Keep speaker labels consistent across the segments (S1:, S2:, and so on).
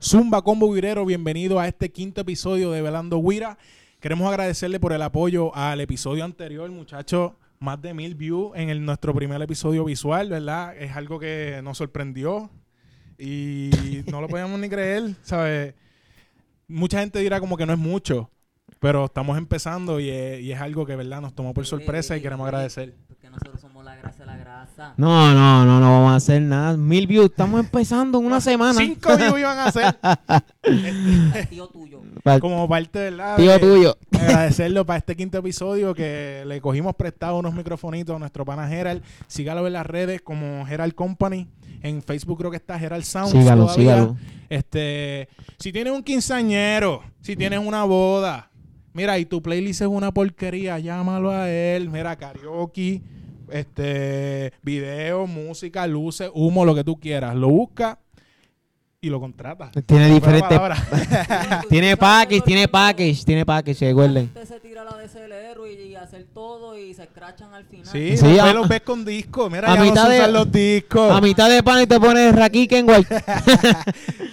S1: Zumba Combo Guirero, bienvenido a este quinto episodio de Velando Guira. Queremos agradecerle por el apoyo al episodio anterior, muchachos. Más de mil views en el- nuestro primer episodio visual, ¿verdad? Es algo que nos sorprendió y no lo podíamos ni creer, ¿sabes? Mucha gente dirá como que no es mucho, pero estamos empezando y es, y es algo que, ¿verdad? Nos tomó por sorpresa y queremos agradecer.
S2: Porque nosotros somos la grasa de la grasa.
S3: No, no, no, no vamos a hacer nada. Mil views, estamos empezando en una semana.
S1: Cinco views iban a ser
S2: El tío tuyo.
S3: Para el
S1: como parte, ¿verdad?
S3: tío
S1: de-
S3: tuyo.
S1: agradecerlo para este quinto episodio que le cogimos prestado unos microfonitos a nuestro pana Gerald. Sígalo en las redes como Gerald Company. En Facebook creo que está Gerald Sound.
S3: Sígalo,
S1: todavía.
S3: sígalo.
S1: Este, si tienes un quinceañero, si tienes una boda, mira, y tu playlist es una porquería, llámalo a él. Mira, karaoke, este, video, música, luces, humo, lo que tú quieras. Lo busca y lo contratas.
S3: Tiene
S1: Buena
S3: diferentes.
S1: palabra.
S3: Tiene package, tiene package, tiene package, recuerden.
S2: Usted se tira la DCLR y, y hacer todo y se escrachan al final.
S1: Sí,
S3: Sí,
S1: después
S3: a-
S1: los ves con disco. Mira,
S3: a
S1: ya no
S3: mitad
S1: se
S3: de-
S1: usan los discos.
S3: A mitad de pan y te pones Raki Kenway.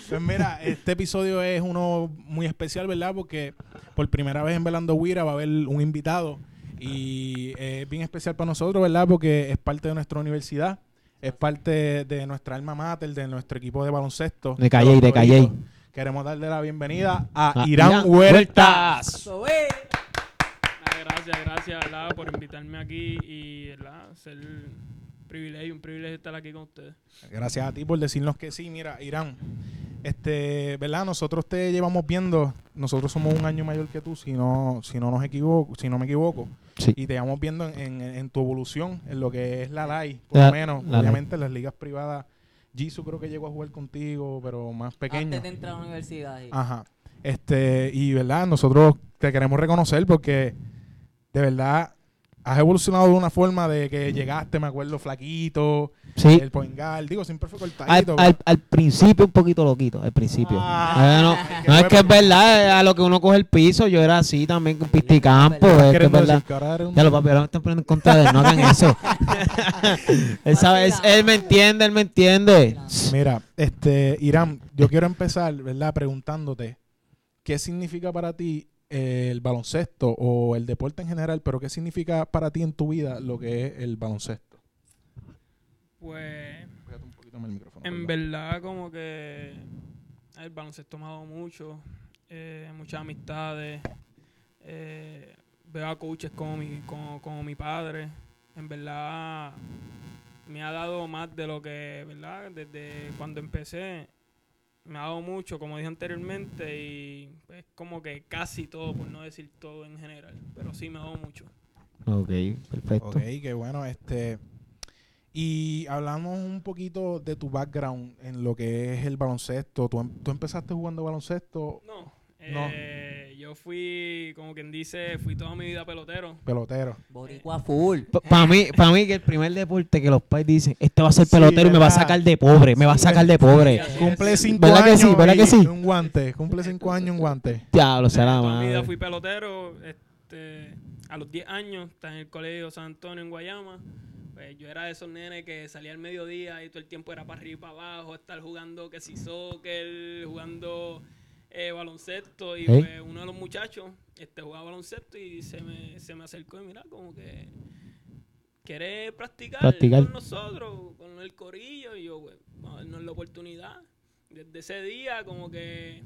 S1: Pues mira, este episodio es uno muy especial, ¿verdad? Porque por primera vez en Velando Huira va a haber un invitado. Y es bien especial para nosotros, ¿verdad? Porque es parte de nuestra universidad, es parte de nuestra alma mater, de nuestro equipo de baloncesto.
S3: De Calle,
S1: los
S3: de Calle. Ah,
S1: Toritos. Queremos darle la bienvenida a,
S3: A
S1: Irán,
S3: Irán
S1: Huertas.
S2: Eso es.
S4: Nada, gracias, gracias, ¿verdad? por invitarme aquí y ¿verdad? ser un privilegio, un privilegio estar aquí con ustedes.
S1: Gracias a ti por decirnos que sí. Mira, Irán, este, ¿verdad? Nosotros te llevamos viendo, nosotros somos un año mayor que tú, si no, si no nos equivoco, si no me equivoco.
S3: Sí.
S1: Y te llevamos viendo en, en- en tu evolución, en lo que es la LAI, por
S3: La-
S1: lo menos.
S3: la LAI.
S1: Obviamente las ligas privadas, Jisoo creo que llegó a jugar contigo, pero más pequeño.
S2: Antes de entrar a la universidad.
S3: Ah.
S2: sí.
S1: Ajá. Este, y verdad, nosotros te queremos reconocer porque de verdad has evolucionado de una forma de que llegaste, me acuerdo, flaquito,
S3: Sí.
S1: el point guard, digo, siempre fue
S3: Al,
S1: cortadito.
S3: al- al principio un poquito loquito, al principio.
S1: Ah.
S3: Eh, no, no, es que es verdad, eh, a lo que uno coge el piso, yo era así también con pisticampo,
S2: Estás
S3: es que es
S1: Queriendo
S3: verdad.
S1: decir que ahora eres un-
S3: Ya lo papi, ahora me están poniendo en contra de él, no hagan eso. él sabe, es- él me entiende, él me entiende.
S1: Mira, este, Irán, yo quiero empezar, ¿verdad? Preguntándote, ¿qué significa para ti eh, el baloncesto o el deporte en general? Pero ¿qué significa para ti en tu vida lo que es el baloncesto?
S4: Pues,
S1: Pégate un poquito más el micrófono.
S4: en
S1: perdón.
S4: verdad, como que el baloncesto me ha dado mucho, eh, muchas amistades. eh, veo a coaches como mi, como, como mi padre. En verdad, me ha dado más de lo que, ¿verdad? Desde cuando empecé, me ha dado mucho, como dije anteriormente, y es como que casi todo, por no decir todo en general, pero sí me ha dado mucho.
S3: Ok, perfecto.
S1: Ok, qué bueno. Este, y hablamos un poquito de tu background en lo que es el baloncesto. ¿Tú, em- tú empezaste jugando baloncesto
S4: No,
S1: No.
S4: eh, yo fui, como quien dice, fui toda mi vida pelotero.
S1: pelotero?
S2: Boricua full.
S3: Para mí, para mí que el primer deporte que los pais dicen, este va a ser
S1: Sí,
S3: pelotero y me va a
S1: ¿verdad?
S3: sacar de pobre, me va a sacar de pobre.
S4: Sí.
S1: Cumple cinco
S3: ¿Verdad que
S1: años.
S3: sí? ¿Verdad
S1: y-
S3: que sí?
S1: y Un guante. Cumple cinco años un guante.
S3: Diablo, será
S4: toda mi vida
S3: madre.
S4: fui pelotero. Este, a los 10 años, estaba en el colegio San Antonio en Guayama. Pues yo era de esos nenes que salía al mediodía y todo el tiempo era para arriba y para abajo, estar jugando que si soccer, jugando eh, baloncesto. Y
S3: Ey.
S4: pues, uno de los muchachos este, jugaba baloncesto y se me, se me acercó y mira, como que. ¿Quieres practicar,
S3: Practicar.
S4: con nosotros, con el corillo? Y yo, pues, vamos a darnos la oportunidad. Desde ese día, como que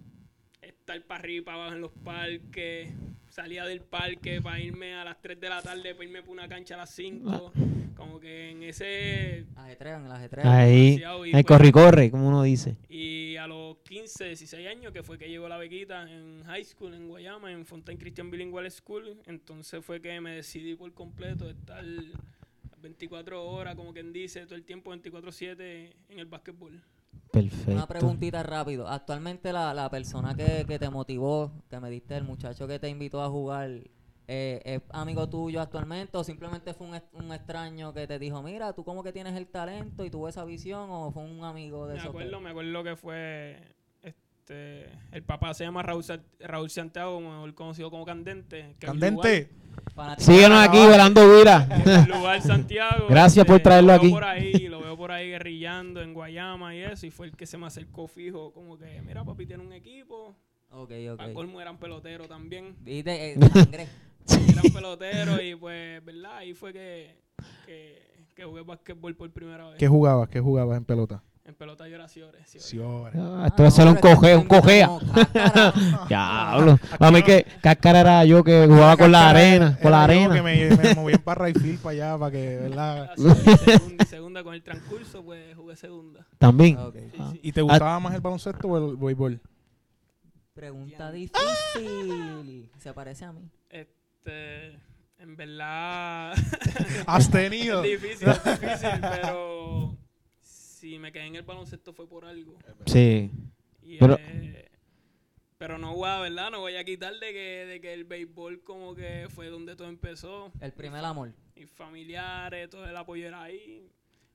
S4: estar para arriba y para abajo en los parques. Salía del parque para irme a las 3 de la tarde, para irme para una cancha a las 5. Como que en ese.
S2: Ajetrean, el ajetrean.
S3: Ahí,
S4: demasiado y
S3: ahí
S4: pues-
S3: corre, corre, como uno dice.
S4: Y a los 15, 16 años, que fue que llegó la bequita en high school en Guayama, en Fontaine Christian Bilingual School, entonces fue que me decidí por completo de estar 24 horas, como quien dice, todo el tiempo 24-7 en el básquetbol.
S3: Perfecto.
S2: Una preguntita rápido. Actualmente la, la persona que, que te motivó, que me diste, el muchacho que te invitó a jugar, eh, ¿es amigo tuyo actualmente o simplemente fue un, est- un extraño que te dijo, mira, tú como que tienes el talento y tuvo esa visión o fue un amigo de
S4: Me
S2: esos que-
S4: acuerdo, me acuerdo que fue este el papá se llama Raúl, Sa- Raúl Santiago, mejor conocido como Candente. que es un lugar-
S1: Candente.
S2: fanático?
S3: Síguenos aquí, volando vira.
S4: lugar Santiago. este,
S3: Gracias por traerlo
S4: lo veo
S3: aquí.
S4: Por ahí, lo veo por ahí ahí guerrillando en Guayama y eso, y fue el que se me acercó fijo, como que, mira papi, tiene un equipo,
S2: Ok,
S4: para
S2: ok.
S4: colmo eran peloteros también,
S2: Viste, eh, sangre.
S4: eran peloteros y pues, ¿verdad? Ahí fue que, que, que jugué basquetbol por primera vez.
S1: ¿Qué jugabas? ¿Qué jugabas en pelota?
S4: En pelota yo era Ciores. Ciores.
S1: Ciore.
S3: Ah, esto va a ser un coge, un
S2: Ah,
S3: cojea. Diablo. A mí que cáscara era yo que jugaba con la arena, con la
S1: Era yo
S3: arena.
S1: Que me, me moví para Rayfield para allá, para que, ¿verdad?
S4: Así, segunda, y segunda con el transcurso, pues jugué segunda.
S3: También.
S2: Ok.
S4: Sí, sí.
S1: ¿Y
S3: Ah.
S1: te gustaba más el baloncesto o el voleibol?
S2: Pregunta difícil. Se parece a mí.
S4: Este, en verdad,
S1: ¿Has
S4: es
S1: tenido?
S4: difícil, es difícil, pero si me quedé en el baloncesto fue por algo.
S3: Sí.
S4: Y, eh, pero,
S3: Pero-
S4: no voy a, ¿verdad? No voy a quitar de que, de que el béisbol como que fue donde todo empezó.
S2: El primer amor.
S4: Mis familiares, todo el apoyo era ahí.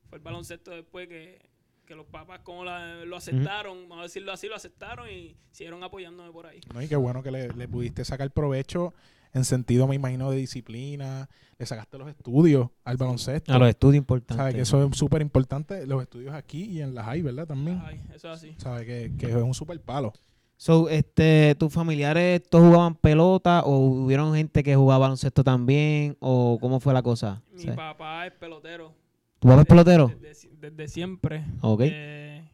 S4: Fue el baloncesto después que, que los papás como la- lo aceptaron, vamos a decirlo así, lo aceptaron y siguieron apoyándome por ahí.
S1: No, y qué bueno que le, le pudiste sacar provecho en sentido, me imagino, de disciplina. Le sacaste los estudios al baloncesto.
S3: A los estudios
S1: ¿Sabes? Que
S3: importantes.
S1: eso es súper importante. Los estudios aquí y en la high, ¿verdad? También.
S4: Ay, eso es así.
S1: ¿Sabes? Que, que es un súper palo.
S3: So, este, ¿tus familiares todos jugaban pelota o hubieron gente que jugaba baloncesto también? ¿O cómo fue la cosa?
S4: Mi
S3: Sí.
S4: papá es pelotero.
S3: ¿Tu papá es
S4: Desde-
S3: pelotero?
S4: Desde, desde siempre.
S3: Ok.
S4: Eh,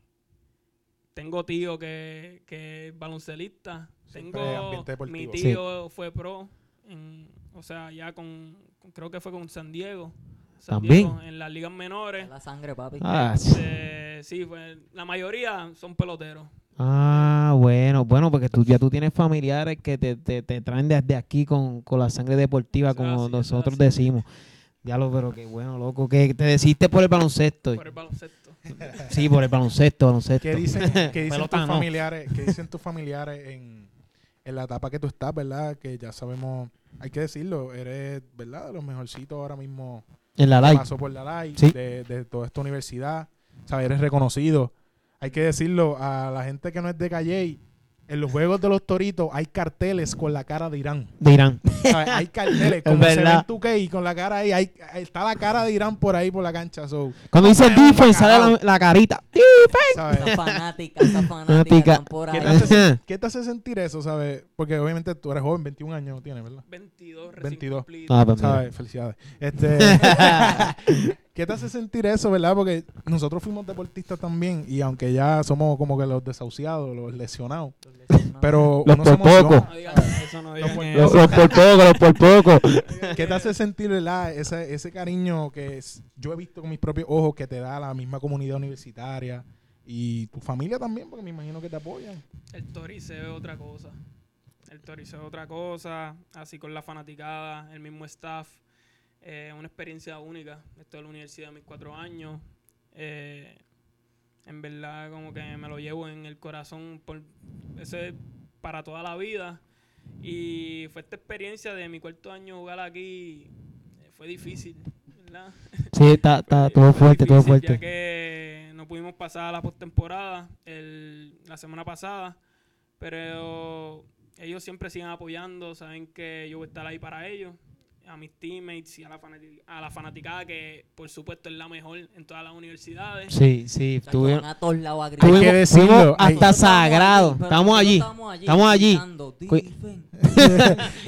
S4: tengo tío que, que es baloncelista.
S1: Siempre
S4: tengo
S1: ambiente deportivo.
S4: mi
S1: Sí.
S4: tío fue pro, en- o sea, ya con, con- creo que fue con San Diego. San
S3: También.
S4: Diego, en las ligas menores.
S2: La sangre, papi.
S3: Ah, sí.
S4: Eh, sí, pues, la mayoría son peloteros.
S3: Ah, bueno, bueno, porque tú ya tú tienes familiares que te, te, te traen desde aquí con, con la sangre deportiva,
S4: Eso es
S3: como
S4: así, eso es
S3: nosotros
S4: así.
S3: decimos. Ya lo, pero qué bueno, loco, que te decidiste por el baloncesto.
S4: Por el baloncesto.
S3: Sí, por el baloncesto, baloncesto.
S1: ¿Qué dicen, qué dicen
S3: Pelota
S1: tus
S3: no.
S1: familiares, qué dicen tus familiares en, en la etapa que tú estás, ¿verdad? Que ya sabemos, hay que decirlo, eres, ¿verdad? De los mejorcitos ahora mismo
S3: En la
S1: que
S3: live.
S1: pasó por la LAI,
S3: Sí.
S1: de, de toda esta universidad. O sea, eres reconocido. Hay que decirlo a la gente que no es de Calle. En los Juegos de los Toritos hay carteles con la cara de Irán.
S3: De Irán.
S1: ¿Sabes? Hay carteles. Como se ve
S3: verdad.
S1: en tu key con la cara ahí, hay, está la cara de Irán por ahí por la cancha. So,
S3: Cuando dice
S1: Ay, un
S3: defense, sale la,
S1: bacalao.
S3: la carita.
S1: ¿sabes?
S3: eh.
S2: Esa fanática, esa fanática.
S3: Fanática.
S2: están por ahí.
S1: ¿Qué te, hace, qué te hace sentir eso, sabes? Porque obviamente tú eres joven, 21 años tienes, ¿verdad?
S4: 22 recién
S1: 22.
S4: cumplidos.
S3: Ah, pues mira.
S1: ¿Sabes? Felicidades. Este, ¿Qué te hace sentir eso, verdad? Porque nosotros fuimos deportistas también y aunque ya somos como que los desahuciados, los lesionados, pero
S3: Los
S1: uno se
S3: por poco.
S1: emociona.
S4: No digan eso, no digan
S1: puedo-
S3: Los,
S4: eso.
S3: los por poco, los por poco.
S1: ¿Qué te hace sentir, verdad? Ese, ese cariño que es- yo he visto con mis propios ojos que te da la misma comunidad universitaria y tu familia también, porque me imagino que te apoyan.
S4: El toriceo es otra cosa. El toriceo es otra cosa. Así con la fanaticada, el mismo staff. Eh, una experiencia única. Esto es la universidad de mis cuatro años. Eh, en verdad, como que me lo llevo en el corazón. Por, eso es para toda la vida. Y fue esta experiencia de mi cuarto año jugar aquí. eh, Fue difícil, ¿verdad?
S3: Sí, está, está
S4: Fue-
S3: Ah, todo
S4: fue
S3: fuerte, todo
S4: difícil, Este, Ya
S3: fuerte.
S4: que no pudimos pasar a la postemporada el- la semana pasada, pero ellos siempre siguen apoyando, saben que yo voy a estar ahí para ellos, a mis teammates y a la, fanati- a la fanaticada, que por supuesto es la mejor en todas las universidades.
S3: Sí, sí,
S2: Chacho,
S3: tuvieron.
S2: van a todos lados a gritar.
S1: Hay que
S3: Tuvimos-
S1: decirlo,
S3: fuimos
S1: hay-
S3: hasta sagrado.
S2: pero
S3: Estamos
S2: nosotros
S3: allí. Estamos allí.
S2: gritando,
S3: Cu-
S2: "Defense".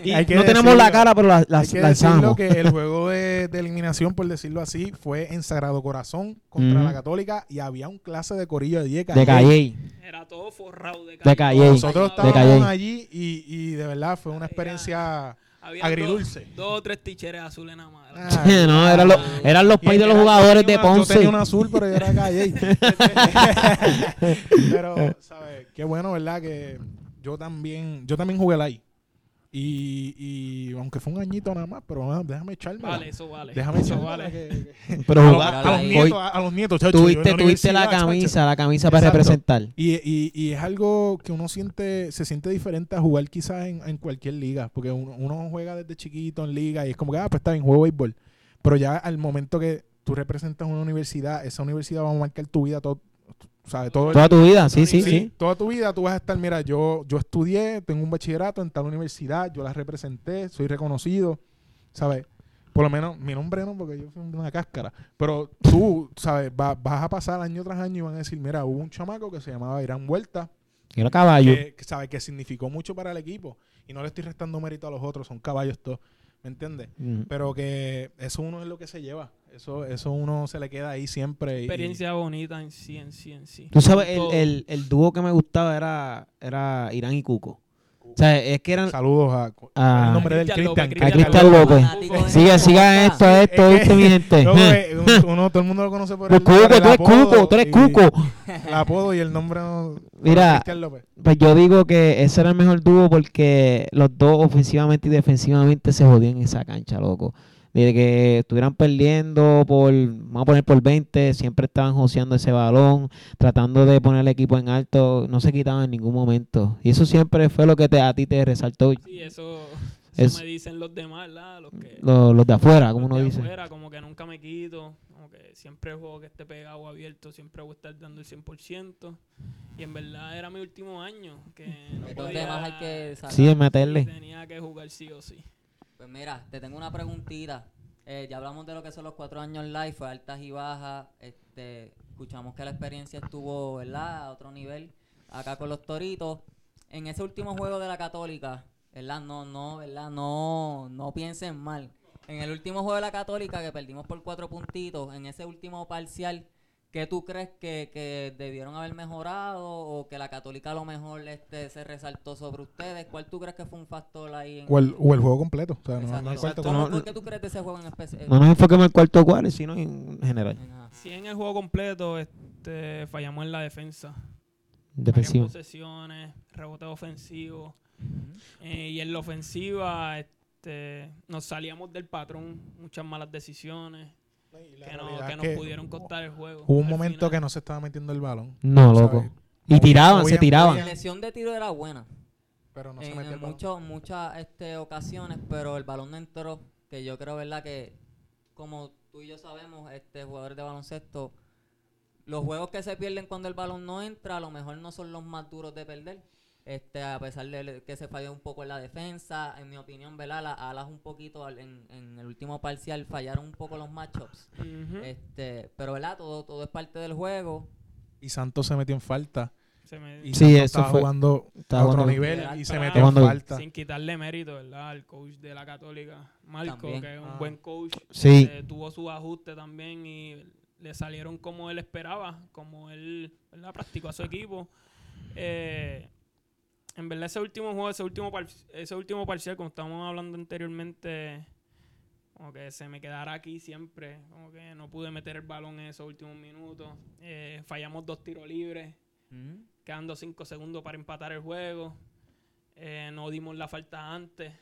S3: Y
S1: Hay que
S3: no tenemos la
S1: decirlo.
S3: cara, pero la, la-
S1: Hay que decirlo
S3: la alzamos.
S1: que el juego de, de eliminación, por decirlo así, fue en Sagrado Corazón contra
S3: Ujú.
S1: la Católica y había un clase de corillo de 10
S3: De Calle.
S4: Era todo forrado de
S3: De
S4: calle.
S3: calle.
S1: Nosotros
S4: De
S1: estábamos
S3: Calle.
S1: allí y, y de verdad fue una experiencia...
S4: Había
S1: Agridulce.
S4: Dos, dos o tres ticheres azules nada más.
S1: Ah,
S3: no, eran los, eran los
S1: y
S3: pais de los
S1: era-
S3: jugadores
S1: tenía
S3: de
S1: una- Yo
S3: Ponce.
S1: tenía un azul, pero yo era Calle. pero, ¿sabes? Qué bueno, ¿verdad? Que yo también, yo también jugué ahí. Y, y aunque fue un añito nada más, pero ah, déjame echarme.
S4: Vale, eso vale.
S1: déjame
S4: eso
S1: echarme.
S4: vale.
S3: Pero
S1: a, los-
S3: jugaste.
S1: a los
S2: Ahí.
S1: nietos, a, a los nietos, chacho, yo en
S3: Tuviste,
S1: la
S3: tuviste la
S1: universidad, ah, chacho.
S3: camisa, la camisa para
S1: Exacto.
S3: representar.
S1: Y, y- y es algo que uno siente, se siente diferente a jugar quizás en, en cualquier liga, porque uno, uno juega desde chiquito en liga y es como que, ah, pues está bien, juego béisbol. Pero ya al momento que tú representas una universidad, esa universidad va a marcar tu vida todo, ¿sabes? Todo el-
S3: Toda tu vida, sí, sí,
S4: Sí.
S3: sí.
S1: Toda tu vida tú vas a estar, mira, yo, yo estudié, tengo un bachillerato en tal universidad, yo la representé, soy reconocido, ¿sabes? Por lo menos, mi nombre no, porque yo fui una cáscara. Pero tú, ¿sabes? Va- vas a pasar año tras año y van a decir, mira, hubo un chamaco que se llamaba Irán Vuelta,
S3: Era caballo.
S1: que, que, ¿sabes? Que significó mucho para el equipo. Y no le estoy restando mérito a los otros, son caballos todos. ¿Me entiendes?
S3: Mm.
S1: Pero que eso uno es lo que se lleva. Eso, eso uno se le queda ahí siempre. y-
S4: Experiencia bonita en sí, en sí, en sí.
S3: Tú sabes, el,
S4: Todo.
S3: el- el dúo que me gustaba era, era Irán y Cuco. O sea, es que eran...
S1: Saludos a.
S3: Ah.
S1: el nombre del
S4: Cristian López,
S1: Cristian.
S3: Cristian
S1: Cristian
S3: López.
S2: Fanático de-
S3: Siga, siga esto, esto,
S1: Es que-
S3: esto, mi gente.
S1: Luego,
S3: Pues
S1: eh, un- uno, todo el mundo lo conoce por el,
S3: Cuco,
S1: por el
S3: tú eres
S1: apodo
S3: Cuco, tú eres
S1: y-
S3: Cuco.
S1: El apodo y el nombre. no-
S3: Mira.
S1: Cristian López.
S3: Pues yo digo que ese era el mejor dúo porque los dos ofensivamente y defensivamente se jodían en esa cancha, loco. Desde que estuvieran perdiendo por, vamos a poner por 20, siempre estaban joseando ese balón, tratando de poner el equipo en alto, no se quitaban en ningún momento. Y eso siempre fue lo que te, a ti te resaltó
S4: Sí, eso, eso
S3: Es-
S4: me dicen los demás, ¿la? Los que...
S3: lo- los de afuera, como
S4: los
S3: uno
S4: de
S3: dice.
S4: afuera, como que nunca me quito, como que siempre juego que esté pegado o abierto, siempre voy a estar dando el 100%. Y en verdad era mi último año, que no
S2: ¿Dónde
S4: podía-
S2: más hay que sacar?
S3: Sí, de meterle.
S4: Tenía que jugar sí o sí.
S2: Pues mira, te tengo una preguntita. Eh, ya hablamos de lo que son los cuatro años live, fue altas y bajas. Este, escuchamos que la experiencia estuvo, ¿verdad? A otro nivel, acá con los toritos. En ese último juego de la Católica, ¿verdad? No, no, ¿verdad? No, no piensen mal. En el último juego de la Católica, que perdimos por cuatro puntitos, en ese último parcial, ¿qué tú crees que, que debieron haber mejorado o que la Católica a lo mejor este, se resaltó sobre ustedes? ¿Cuál tú crees que fue un factor ahí? En
S1: O el, o el juego completo. O sea, no- no,
S2: Exacto.
S1: el cuarto
S2: ¿Cómo-
S3: no-
S2: ¿Por qué tú crees de ese juego en especial?
S3: No nos enfoquemos en el cuarto cuadro, sino en general,
S2: Ajá.
S4: Sí, en el juego completo este, fallamos en la defensa.
S3: defensivo.
S4: Varias posesiones, rebotes ofensivos. Eh, y en la ofensiva este, nos salíamos del patrón, muchas malas decisiones
S1: completo. Y la
S4: que, no-
S1: realidad
S4: que
S1: es
S4: nos
S1: que
S4: pudieron costar el juego.
S1: Hubo un
S4: Al
S1: momento que
S4: final,
S1: no se estaba metiendo el balón.
S3: No,
S1: ¿sabes?
S3: loco. Y tiraban, se
S1: Movían,
S3: tiraban.
S2: La
S1: movían,
S2: lesión de tiro era buena
S1: Pero no se
S2: en,
S1: metía
S2: en
S1: el balón.
S2: mucho- muchas este, ocasiones, pero el balón no entró, que yo creo, ¿verdad? Que como tú y yo sabemos, este jugadores de baloncesto, los juegos que se pierden cuando el balón no entra, a lo mejor no son los más duros de perder. Este, a pesar de que se falló un poco en la defensa, en mi opinión, ¿verdad? Las alas un poquito al- en, en el último parcial fallaron un poco los matchups.
S4: ujú,
S2: Este, pero ¿verdad? Todo, todo es parte del juego.
S1: Y Santos se metió en falta.
S4: se me-
S1: Y
S3: Sí,
S1: Santos
S3: eso
S1: estaba
S3: fue-
S1: jugando
S3: estaba
S1: a otro
S3: jugando-
S1: nivel
S4: Era
S1: y se
S4: para-
S1: metió en
S3: Jugando-
S1: falta.
S4: Sin quitarle mérito, ¿verdad? Al coach de la Católica, Marco,
S2: También.
S4: que es un
S1: Ah.
S4: buen coach.
S3: Sí.
S4: Eh, tuvo su ajuste también y le salieron como él esperaba, como él ¿verdad? practicó a su equipo. Eh, en verdad, ese último juego, ese último, par- ese último parcial, como estábamos hablando anteriormente, como que se me quedará aquí siempre. Como que no pude meter el balón en esos últimos minutos. Eh, fallamos dos tiros libres quedando 5 segundos para empatar el juego. Eh, no dimos la falta antes.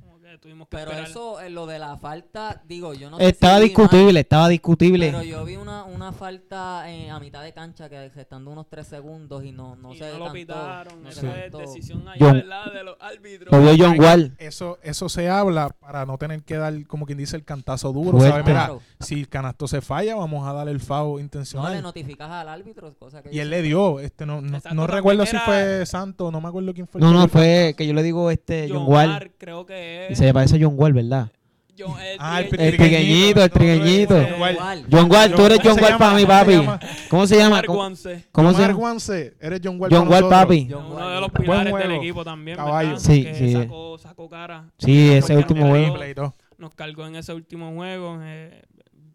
S4: Como que tuvimos que
S2: Pero
S4: esperar.
S2: eso, eh, lo de la falta, digo, yo no sé
S3: Estaba
S2: si vi mal,
S3: discutible, estaba discutible.
S2: Pero yo vi una, una falta eh, a mitad de cancha que se están dando unos 3 segundos y no, no
S4: y
S2: se
S4: no
S2: decantó,
S4: lo pitaron.
S2: no se
S4: Eso es
S2: decantó.
S4: decisión allá,
S3: John-
S4: ¿verdad? De los árbitros.
S3: Lo vio John Wall.
S1: Eso, eso se habla para no tener que dar, como quien dice, el cantazo duro.
S3: Fuerte.
S1: ¿sabes? Mira,
S2: Claro.
S1: si el canasto se falla, vamos a dar el FAO
S2: No le
S1: intencional.
S2: notificas al árbitro, cosa que
S1: y
S2: yo
S1: él
S2: sé.
S1: le dio, este no, no,
S4: Exacto,
S1: no
S4: también
S1: recuerdo si
S4: era-
S1: fue Santo, no me acuerdo quién fue. el
S3: No,
S1: que dio
S3: no,
S1: el-
S3: fue que yo le digo este John Wall.
S4: Mar, creo que es.
S3: Se le parece a John Wall, ¿verdad?
S4: John- el
S1: Ah, el
S4: trigueño.
S3: El pequeñito, el pequeñito.
S1: John Wall.
S2: Igual.
S3: John Wall, tú eres
S1: ¿Cómo
S3: John
S1: se
S3: Wall
S1: llama?
S3: para mí,
S1: ¿Cómo se
S3: papi.
S1: llama?
S3: ¿Cómo se llama?
S4: Mark
S3: ¿Cómo,
S4: Guance,
S3: cómo se
S1: Omar
S3: llama?
S1: Guance, eres John Wall.
S3: John
S1: para
S3: Wall,
S1: nosotros.
S3: papi.
S2: John
S4: Uno
S2: Wall,
S4: de los
S2: John Wall.
S4: pilares
S1: juego.
S4: del equipo también.
S1: Caballo.
S4: ¿verdad?
S3: Sí,
S4: Que
S3: sí.
S4: Sacó, sacó cara.
S3: Sí, ese
S4: Porque
S3: último
S4: no
S3: juego.
S1: Triple y todo.
S4: Nos cargó en ese último juego. eh,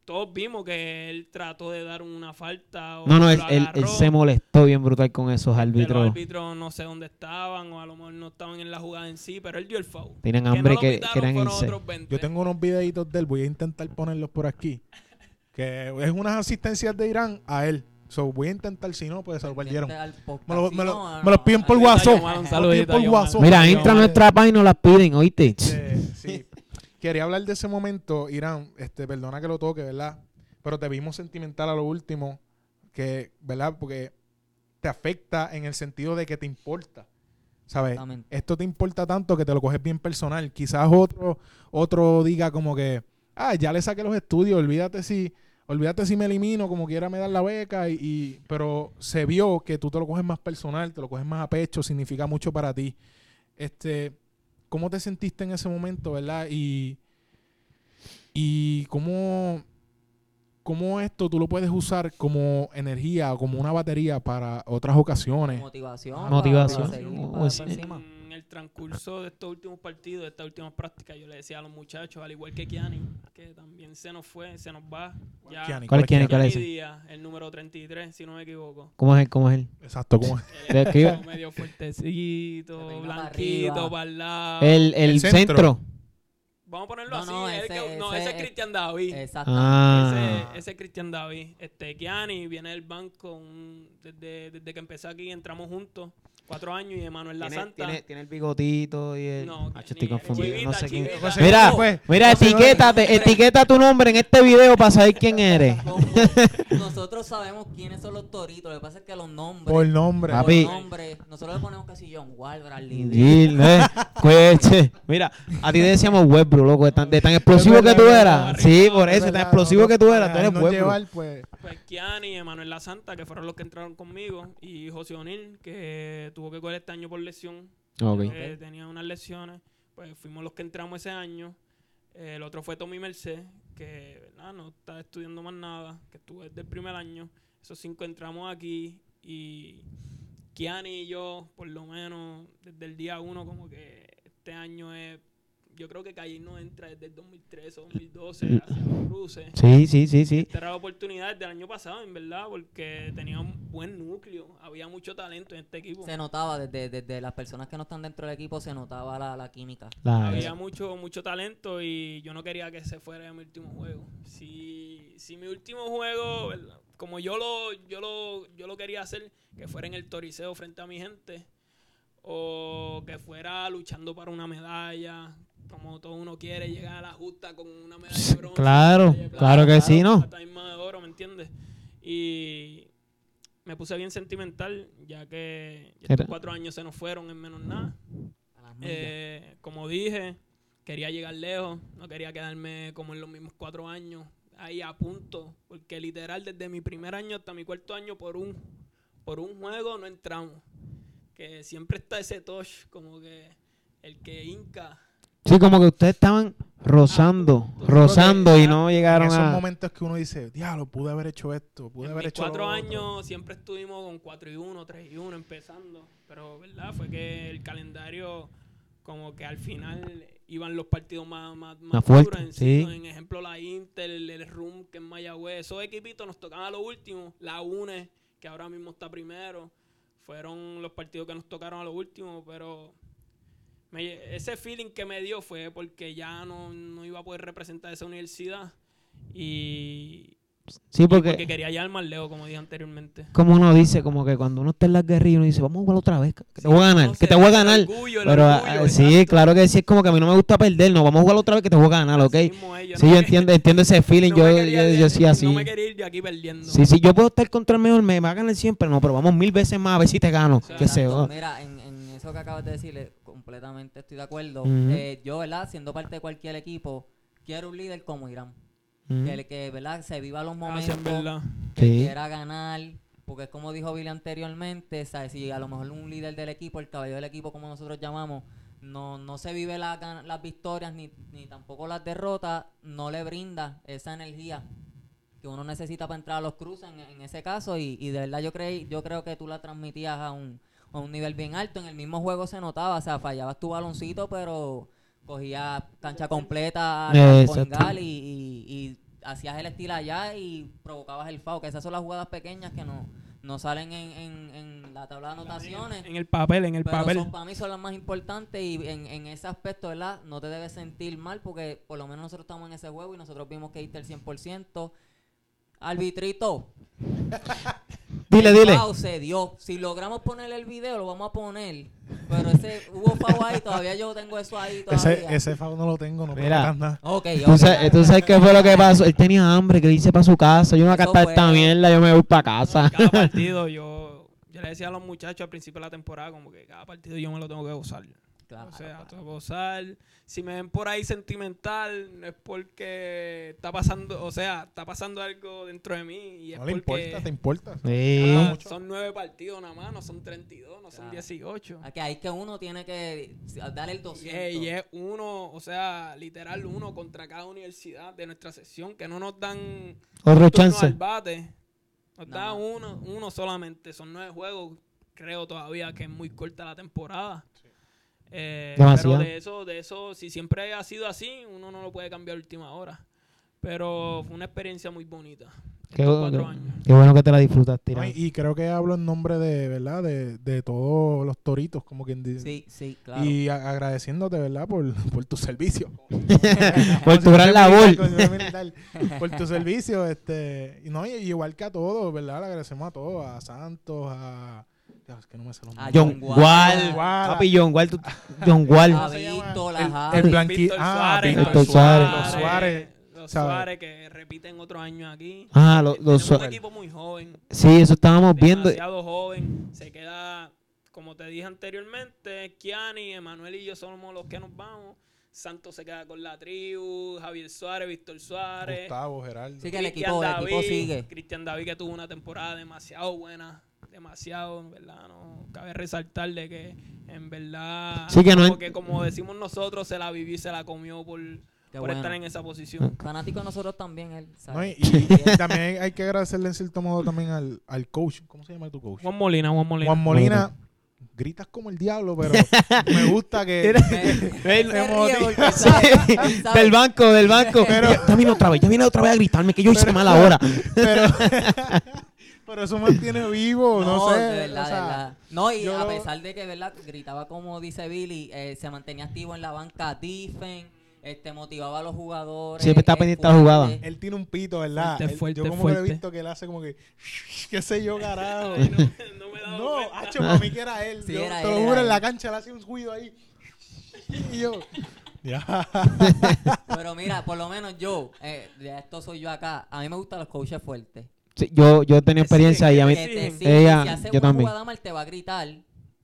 S4: todos vimos que él trató de dar una falta. o
S3: No, no,
S4: lo
S3: él, él- él
S4: agarró.
S3: se molestó bien brutal con esos
S4: Pero Los
S3: árbitros.
S4: árbitros no sé dónde estaban o a lo mejor no estaban en la jugada en sí, pero él dio el foul.
S3: Tenían hambre
S4: no lo
S3: que-
S4: pitaron
S3: querían
S4: fueron
S3: irse.
S4: otros 20.
S1: Yo tengo unos videitos de él, voy a intentar ponerlos por aquí. Que es unas asistencias de Irán a él. So, voy a intentar, si no, pues se lo perdieron.
S2: Al podcast,
S1: Me lo,
S2: si
S1: me lo-
S2: no, no,
S1: me los
S2: no,
S1: piden
S2: no,
S1: por
S2: no,
S1: WhatsApp.
S4: Yomar, un
S1: Me los
S4: saludito
S1: piden
S4: a
S1: por
S4: Yomar.
S1: WhatsApp.
S3: Mira,
S4: John
S3: entra a
S4: Wall.
S3: nuestra página y nos las piden, oíste.
S1: Eh, sí. Quería hablar de ese momento, Irán, este, perdona que lo toque, ¿verdad? Pero te vimos sentimental a lo último, que, ¿verdad? Porque te afecta en el sentido de que te importa. ¿Sabes?
S2: Exactamente.
S1: Esto te importa tanto que te lo coges bien personal. Quizás otro, otro diga como que, ah, ya le saqué los estudios, olvídate si, olvídate si me elimino, como quiera me dan la beca, y, y- pero se vio que tú te lo coges más personal, te lo coges más a pecho, significa mucho para ti. Este, ¿cómo te sentiste en ese momento, verdad? Y, y cómo, cómo esto tú lo puedes usar como energía o como una batería para otras ocasiones.
S2: Motivación.
S1: Ah, Oh,
S2: para-
S3: Motivación.
S2: para seguir,
S3: O-
S2: para-
S3: es-
S2: para encima.
S4: En el transcurso de estos últimos partidos, de estas últimas prácticas, yo le decía a los muchachos, al igual que Kiani, que también se nos fue, se nos va. Ya,
S1: Kiani,
S3: ¿Cuál es Kiani? ¿Cuál es ese?
S4: Díaz, el número 33, si no me equivoco.
S3: ¿Cómo es él? ¿Cómo es él?
S1: Exacto, como
S3: Describe.
S4: medio
S2: Se
S4: fuertecito,
S2: peina para
S4: blanquito,
S2: arriba.
S4: para el lado.
S3: El, el
S1: El centro.
S3: centro.
S4: Vamos a ponerlo
S2: No,
S4: así.
S2: no,
S4: el
S2: ese-
S4: que- no,
S2: ese-
S4: ese es Cristian David.
S2: Exactamente.
S3: Ah.
S4: Ese, ese es Cristian David. Este, Kiani viene del banco un- desde, desde que empecé aquí, entramos juntos, cuatro años, y Emanuel La
S3: Tiene,
S4: Santa.
S3: tiene- tiene el bigotito y el.
S4: No,
S3: Ah, yo estoy
S4: ni-
S3: confundido.
S4: chivita,
S3: no sé quién.
S4: chivita.
S3: Mira,
S4: No,
S5: pues,
S3: mira,
S5: no se va.
S3: etiquétate, etiqueta tu nombre en este video para saber quién eres.
S2: Como Nosotros sabemos quiénes son los toritos. Lo que pasa es que los nombres.
S1: por nombre. Ah,
S3: Papi.
S2: Por nombre, nosotros le ponemos casi John Wall, Bradley Beal.
S3: Gil, eh, cueche. Mira, a ti te decíamos Westbrook, loco, de tan, de tan explosivo que tú eras. Sí, por eso, tan explosivo que tú eras, tú eres Westbrook.
S5: Llevar, pues,
S4: Pues Kiani, Emanuel La Santa, que fueron los que entraron conmigo, y José O'Neill, que tuvo que coger este año por lesión.
S3: Ok.
S4: eh, tenía unas lesiones. Pues fuimos los que entramos ese año. Eh, el otro fue Tommy Merced, que ¿verdad? no está estudiando más nada, que estuvo desde el primer año. Esos cinco entramos aquí y Kiani y yo, por lo menos desde el día uno, como que este año es. Yo creo que Calle no entra desde el 2013 o 2012 hacia los cruces.
S3: Sí, sí, sí, sí.
S4: Esta era la oportunidad del año pasado, en verdad, porque tenía un buen núcleo, había mucho talento en este equipo.
S2: Se notaba desde, desde las personas que no están dentro del equipo, se notaba la, la química.
S3: La-
S4: Había mucho, mucho talento y yo no quería que se fuera en mi último juego. Si, si mi último juego, ¿verdad? como yo lo, yo lo, yo lo quería hacer, que fuera en el toriceo frente a mi gente, o que fuera luchando para una medalla, como todo uno quiere, llegar a la justa con una medalla de bronce.
S3: claro,
S4: medalla de plata,
S3: claro que sí, ¿no?
S4: hasta misma de oro, ¿me entiendes? Y me puse bien sentimental, ya que ya
S3: Era-
S4: estos cuatro años se nos fueron en menos nada.
S2: A las millas.
S4: Eh, como dije, quería llegar lejos, no quería quedarme como en los mismos cuatro años, ahí a punto, porque literal desde mi primer año hasta mi cuarto año por un, por un juego no entramos. Que siempre está ese touch, como que el que hinca.
S3: Sí, como que ustedes estaban rozando, rozando y no
S1: En
S3: llegaron
S1: esos
S3: a.
S1: momentos que uno dice, diablo, pude haber hecho esto, pude
S4: En
S1: haber
S4: mis
S1: hecho lo
S4: cuatro
S1: otro".
S4: años siempre estuvimos con 4 y 1, 3 y 1 empezando, pero verdad fue que el calendario como que al final iban los partidos más, más, más
S3: Más fuerte,
S4: duros. En,
S3: sí.
S4: en ejemplo la Inter, el, el Rum que es Mayagüez, esos equipitos nos tocaban a lo último, la UNE que ahora mismo está primero, fueron los partidos que nos tocaron a lo último, pero me- ese feeling que me dio fue porque ya no, no iba a poder representar esa universidad y
S3: Sí,
S4: porque
S3: porque
S4: quería llegar más lejos, como dije anteriormente.
S3: como uno dice, como que cuando uno está en las guerrillas, uno dice, vamos a jugar otra vez, que te voy a
S4: No
S3: ganar, que
S4: sé,
S3: te voy a
S4: el
S3: ganar.
S4: orgullo, el
S3: Pero ah,
S4: orgullo,
S3: ah, sí,
S4: exacto.
S3: claro que sí, es como que a mí no me gusta perder, no, vamos a jugar otra vez que te voy a ganar, ¿ok?
S4: Así mismo es,
S3: Sí,
S4: no
S3: yo
S4: me-
S3: entiendo, entiendo ese feeling,
S4: no me
S3: yo,
S4: quería
S3: yo,
S4: ir-
S3: yo sí así.
S4: No me quería ir de aquí perdiendo.
S3: Sí, sí, yo puedo estar contra el mejor, me va a ganar siempre, no, pero vamos mil veces más a ver si te gano.
S4: sea,
S3: que se
S2: Exacto.
S3: joda.
S2: Mira, en, en eso que acabas de decir, eh, completamente estoy de acuerdo.
S3: Ujú.
S2: Eh, yo, ¿verdad? Siendo parte de cualquier equipo, quiero un líder como Irán.
S3: Mm.
S2: Que, el que, ¿verdad? Se viva los
S4: Gracias,
S2: momentos,
S4: en verdad.
S2: que
S3: Sí.
S2: quiera ganar. Porque es como dijo Billy anteriormente, ¿sabes? Si a lo mejor un líder del equipo, el cabello del equipo, como nosotros llamamos, no, no se vive la gan- las victorias ni, ni tampoco las derrotas, no le brinda esa energía que uno necesita para entrar a los cruces en, en ese caso y, y de verdad yo creí yo creo que tú la transmitías a un, a un nivel bien alto en el mismo juego se notaba o sea fallabas tu baloncito pero cogías cancha completa al
S3: Eh,
S2: point
S3: exacto.
S2: guard y, y- y hacías el estilo allá y provocabas el foul que esas son las jugadas pequeñas que no no salen en, en- en la tabla de anotaciones
S4: En el papel, en el
S2: pero
S4: papel.
S2: son- para mí son las más importantes y en, en ese aspecto, ¿verdad? No te debes sentir mal porque por lo menos nosotros estamos en ese juego y nosotros vimos que diste el 100%. Arbitrito,
S3: Dile,
S2: el
S3: dile.
S2: foul se dio. Si logramos poner el video, lo vamos a poner. Pero ese hubo foul ahí, todavía yo tengo eso ahí todavía.
S1: Ese, ese FAO no lo tengo, no puedo
S3: Mira.
S1: tocar nada.
S2: Ok,
S3: ¿Tú
S2: ok.
S3: sabes, tú sabes qué fue lo que pasó? Él tenía hambre, que dice para su casa. Yo no voy a
S2: Eso
S3: cantar esta
S2: fue.
S3: mierda, yo me voy para casa.
S4: Cada partido yo, yo le decía a los muchachos al principio de la temporada como que cada partido yo me lo tengo que gozar.
S2: Claro,
S4: o sea,
S2: claro.
S4: a gozar. Si me ven por ahí sentimental, no es porque está pasando, o sea, está pasando algo dentro de mí. Y es
S1: No le
S4: porque,
S1: importa, te importa.
S3: Sí.
S4: ah, son nueve partidos nada más, no son 32, no son
S2: Claro.
S4: 18.
S2: Aquí Ah. hay que uno tiene que dar el 200.
S4: Y es, y es uno, o sea, literal uno contra cada universidad de nuestra sesión, que no nos dan
S3: Otro
S4: turno al
S3: chance.
S4: bate. Nos
S2: Nada
S4: dan
S2: más.
S4: uno, uno solamente, son nueve juegos, creo todavía que es muy corta la temporada. Eh, pero
S3: Demasiado.
S4: de eso, de eso, si siempre ha sido así, uno no lo puede cambiar a última hora. Pero fue una experiencia muy bonita.
S3: Qué,
S4: estos
S3: bu-
S4: cuatro
S3: qué-
S4: años.
S3: qué bueno que te la disfrutaste.
S1: No,
S3: Irán.
S1: y, y creo que hablo en nombre de, ¿verdad? De, de todos los toritos, como quien dice.
S2: Sí, sí, claro.
S1: Y a- agradeciéndote, ¿verdad? Por, por tu servicio.
S3: Por tu
S1: Como si fuera
S3: gran
S1: militar,
S3: labor.
S1: como si fuera militar. por tu servicio, este, y no, y- y igual que a todos, ¿verdad? Le agradecemos a todos, a Santos, a Dios, es que no me sé los
S2: A
S1: nombres.
S3: John
S2: Ah, John Wall.
S3: Wall. Ah, Papi, John Wall. tú- John Wall.
S2: Ah,
S1: ¿Cómo se llama?
S2: Víctor,
S1: El-
S2: ajá.
S1: el blanqui-
S4: Víctor
S1: ah,
S4: Suárez,
S1: Víctor
S3: Víctor
S1: Suárez,
S3: Suárez.
S1: los Suárez,
S4: los
S1: ¿sabes?
S4: Suárez que repiten otro año aquí.
S3: Ah, lo- lo
S4: Tenemos
S3: su-
S4: un equipo muy joven.
S3: Sí, eso estábamos viendo.
S4: demasiado joven. Se queda, como te dije anteriormente, Kiani, Emanuel y yo somos los que nos vamos. Santos se queda con la tribu, Javier Suárez, Víctor Suárez.
S1: Gustavo, Gerardo.
S2: Sí que el
S4: Cristian
S2: equipo, el equipo sigue.
S4: Cristian David que tuvo una temporada demasiado buena, demasiado, en verdad, no cabe resaltar de que en verdad
S3: Sí que no
S4: porque
S3: en-
S4: como decimos nosotros, se la vivió y se la comió por,
S2: Qué
S4: por
S2: bueno.
S4: estar en esa posición.
S2: Fanático de nosotros también, él.
S1: No, y,
S2: ¿sabes?
S1: y- y también hay que agradecerle en cierto modo también al, al coach. ¿Cómo se llama tu coach?
S4: Juan Molina, Juan Molina.
S1: Juan Molina. Gritas como el diablo, pero me gusta que...
S2: Me-
S1: Él
S2: me
S1: se motiva.
S2: ríe porque él sabe- él sabe-
S3: del banco, del banco.
S1: Pero-
S3: ya viene otra vez, ya viene otra vez a gritarme que yo hice
S1: Pero-
S3: mal ahora.
S1: pero, pero eso mantiene vivo, no, sé.
S2: de verdad,
S1: o
S2: de
S1: sea,
S2: verdad. No, y
S1: yo
S2: a
S1: lo-
S2: pesar de que, ¿verdad? Gritaba como dice Billy, eh, se mantenía activo en la banca, Tiffen, este, motivaba a los jugadores.
S3: Siempre está
S2: es
S3: pendiente a la jugada.
S2: fuerte.
S1: Él tiene un pito, ¿verdad?
S4: Fuerte,
S1: Él-
S4: fuerte,
S1: yo como que
S4: fuerte.
S1: he visto que él hace como que, qué sé yo, carajo.
S4: Ay, no, no me he dado
S1: no,
S4: cuenta.
S1: hacho, para mí que era él.
S2: Sí,
S1: yo
S2: era
S1: te
S2: él,
S1: lo
S2: era
S1: juro, en
S2: él.
S1: la cancha le hace un ruido ahí. Y yo, ya.
S2: Pero mira, por lo menos yo, eh, de esto soy yo acá, a mí me gustan los coaches fuertes.
S3: Sí, yo, yo tenía experiencia y a mí.
S2: Que te
S4: Sí.
S2: siguen,
S3: Ella-
S2: si hace
S3: yo
S2: una
S3: también.
S2: jugada mal te va a gritar,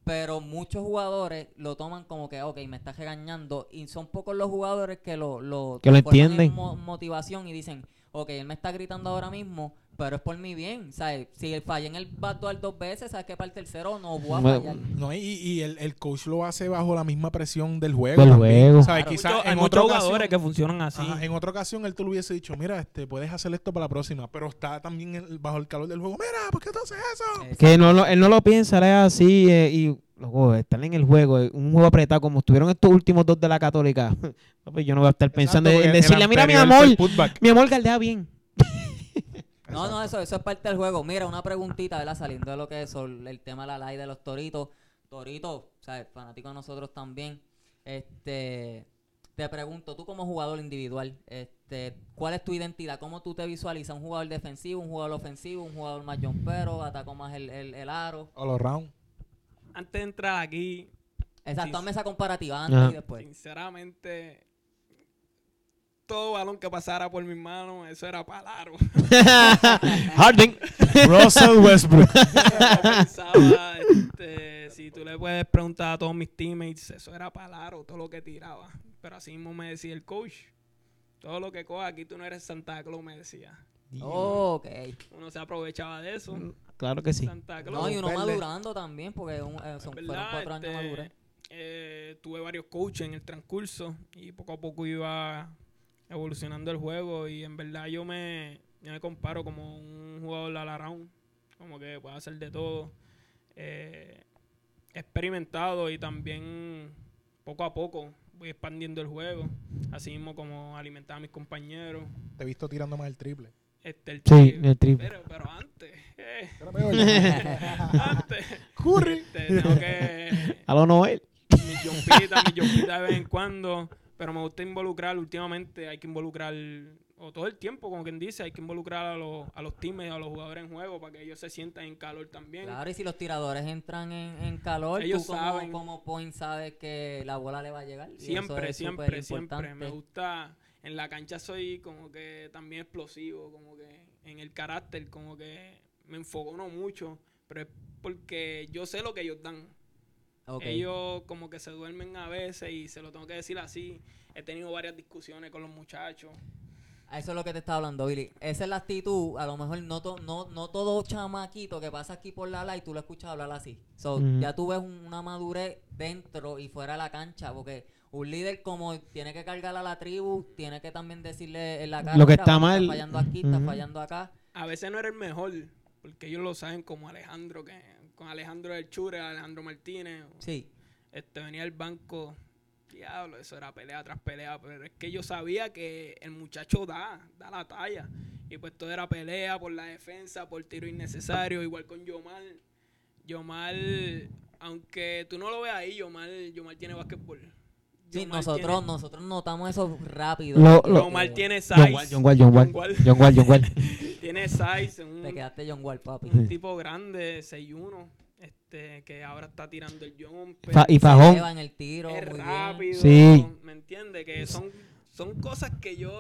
S2: pero muchos jugadores lo toman como que, ok, me estás regañando, y son pocos los jugadores que lo, lo,
S3: Que lo
S2: transforman en
S3: entienden.
S2: mo- motivación y dicen, ok, él me está gritando ahora mismo, pero es por mi bien, ¿sabes? Si él falla en el backdoor dos veces, ¿sabes que para el tercero no voy a
S3: Bueno,
S2: fallar?
S1: No, y, y el, el coach lo hace bajo la misma presión del juego.
S3: Del
S1: también.
S3: juego.
S1: ¿Sabes?
S2: Claro.
S1: Quizás
S4: Mucho- hay
S1: en
S4: muchos
S1: otra
S4: jugadores
S1: ocasión,
S4: que funcionan así.
S1: ajá, en otra ocasión él te lo hubiese dicho, mira, este, puedes hacer esto para la próxima, pero está también el- bajo el calor del juego. Mira, ¿por qué tú haces eso?
S2: Exacto.
S3: Que no lo- él no lo piensa, él es así eh, y luego están en el juego, eh, un juego apretado como estuvieron estos últimos dos de la Católica. Papi, yo no voy a estar pensando
S1: Exacto,
S3: en
S1: porque el
S3: decirle, mira mi
S1: anterior
S3: amor,
S1: fue el putback.
S3: mi amor galdea bien.
S2: No, no, eso, eso es parte del juego. Mira, una preguntita, ¿verdad? Saliendo de lo que es el el tema de la ley de los toritos. Torito, ¿sabes? Fanático de nosotros también. Este, te pregunto, tú como jugador individual, este, ¿cuál es tu identidad? ¿Cómo tú te visualizas? ¿Un jugador defensivo, un jugador ofensivo, un jugador más jumpero, atacó más el, el, el aro?
S1: All around.
S4: Antes de entrar aquí,
S2: Exacto,
S4: Sí,
S2: hazme esa comparativa antes
S3: Ajá.
S2: y
S1: Pues.
S2: después.
S4: Sinceramente, todo balón que pasara por mis manos, eso era palaro.
S3: Harden.
S1: Russell Westbrook.
S4: pensaba, este, si tú le puedes preguntar a todos mis teammates, eso era palaro, todo lo que tiraba. Pero así mismo me decía el coach, todo lo que coja aquí tú no eres Santa Claus, me decía.
S2: ok.
S4: Uno se aprovechaba de eso.
S3: Mm, Claro que sí.
S4: Santa Claus.
S2: No, y uno
S1: Verde.
S2: madurando también, porque un- eh, son,
S4: Es
S2: fueron
S4: verdad,
S2: cuatro años
S4: este,
S2: maduros.
S4: eh, tuve varios coaches en el transcurso y poco a poco iba evolucionando el juego y en verdad yo me, yo me comparo como un jugador all around, como que puede hacer de todo, eh, experimentado y también poco a poco voy expandiendo el juego, así mismo como alimentar a mis compañeros.
S1: Te he visto tirando más el triple.
S4: Este, el
S3: Sí,
S4: tri-
S3: el triple.
S4: pero, pero antes, eh,
S3: Ah.
S4: antes,
S1: Curry.
S4: este, tengo que
S3: A lo Noel.
S4: mi yompita, mi yompita de vez en cuando. Pero me gusta involucrar, últimamente hay que involucrar, o todo el tiempo, como quien dice, hay que involucrar a los, a los teams, a los jugadores en juego, para que ellos se sientan en calor también.
S2: Claro, y si los tiradores entran en, en calor,
S4: Ellos
S2: tú como,
S4: saben.
S2: como point sabes que la bola le va a llegar. y eso
S4: Siempre,
S2: es
S4: siempre,
S2: súper
S4: siempre. Me
S2: importante.
S4: gusta, en la cancha soy como que también explosivo, como que en el carácter, como que me enfoco no mucho, pero es porque yo sé lo que ellos dan.
S2: Ok.
S4: Ellos como que se duermen a veces y se lo tengo que decir así. He tenido varias discusiones con los muchachos.
S2: A Eso es lo que te estaba hablando, Billy. Esa es la actitud. A lo mejor no, to- no, no todo chamaquito que pasa aquí por la y tú lo escuchas hablar así. So,
S3: Ujú.
S2: Ya tú ves un- una madurez dentro y fuera de la cancha, porque un líder como tiene que cargar a la tribu, tiene que también decirle en la
S3: Lo
S2: cara,
S3: que
S2: "Mira,
S3: está
S2: bueno,
S3: mal".
S2: fallando aquí, está
S3: Ujú.
S2: fallando acá.
S4: A veces no era el mejor, porque ellos lo saben como Alejandro, que con Alejandro del Chure, Alejandro Martínez.
S2: Sí.
S4: Este venía al banco. Diablo, eso era pelea tras pelea. Pero es que yo sabía que el muchacho da, da la talla. Y pues todo era pelea por la defensa, por tiro innecesario. Igual con Yomar. Yomar, aunque tú no lo veas ahí, Yomar, Yomar tiene básquetbol.
S2: Sí,
S4: Yomar
S2: nosotros,
S4: tiene-
S2: nosotros notamos eso rápido.
S3: Lo-
S2: porque
S3: lo-
S4: Yomar tiene
S3: John
S4: size.
S3: Wall, John Wall, John Wall.
S4: John Wall.
S3: John Wall, John Wall.
S4: Tiene size, un,
S2: Te quedaste John Wall, papi.
S4: un tipo grande, 6'1, este, que ahora está tirando el jumper.
S3: Fa- y
S2: Se
S3: Fajón.
S2: lleva en el tiro,
S4: es
S2: muy bien.
S4: rápido.
S3: Sí.
S4: ¿Me entiendes? Que son, son cosas que yo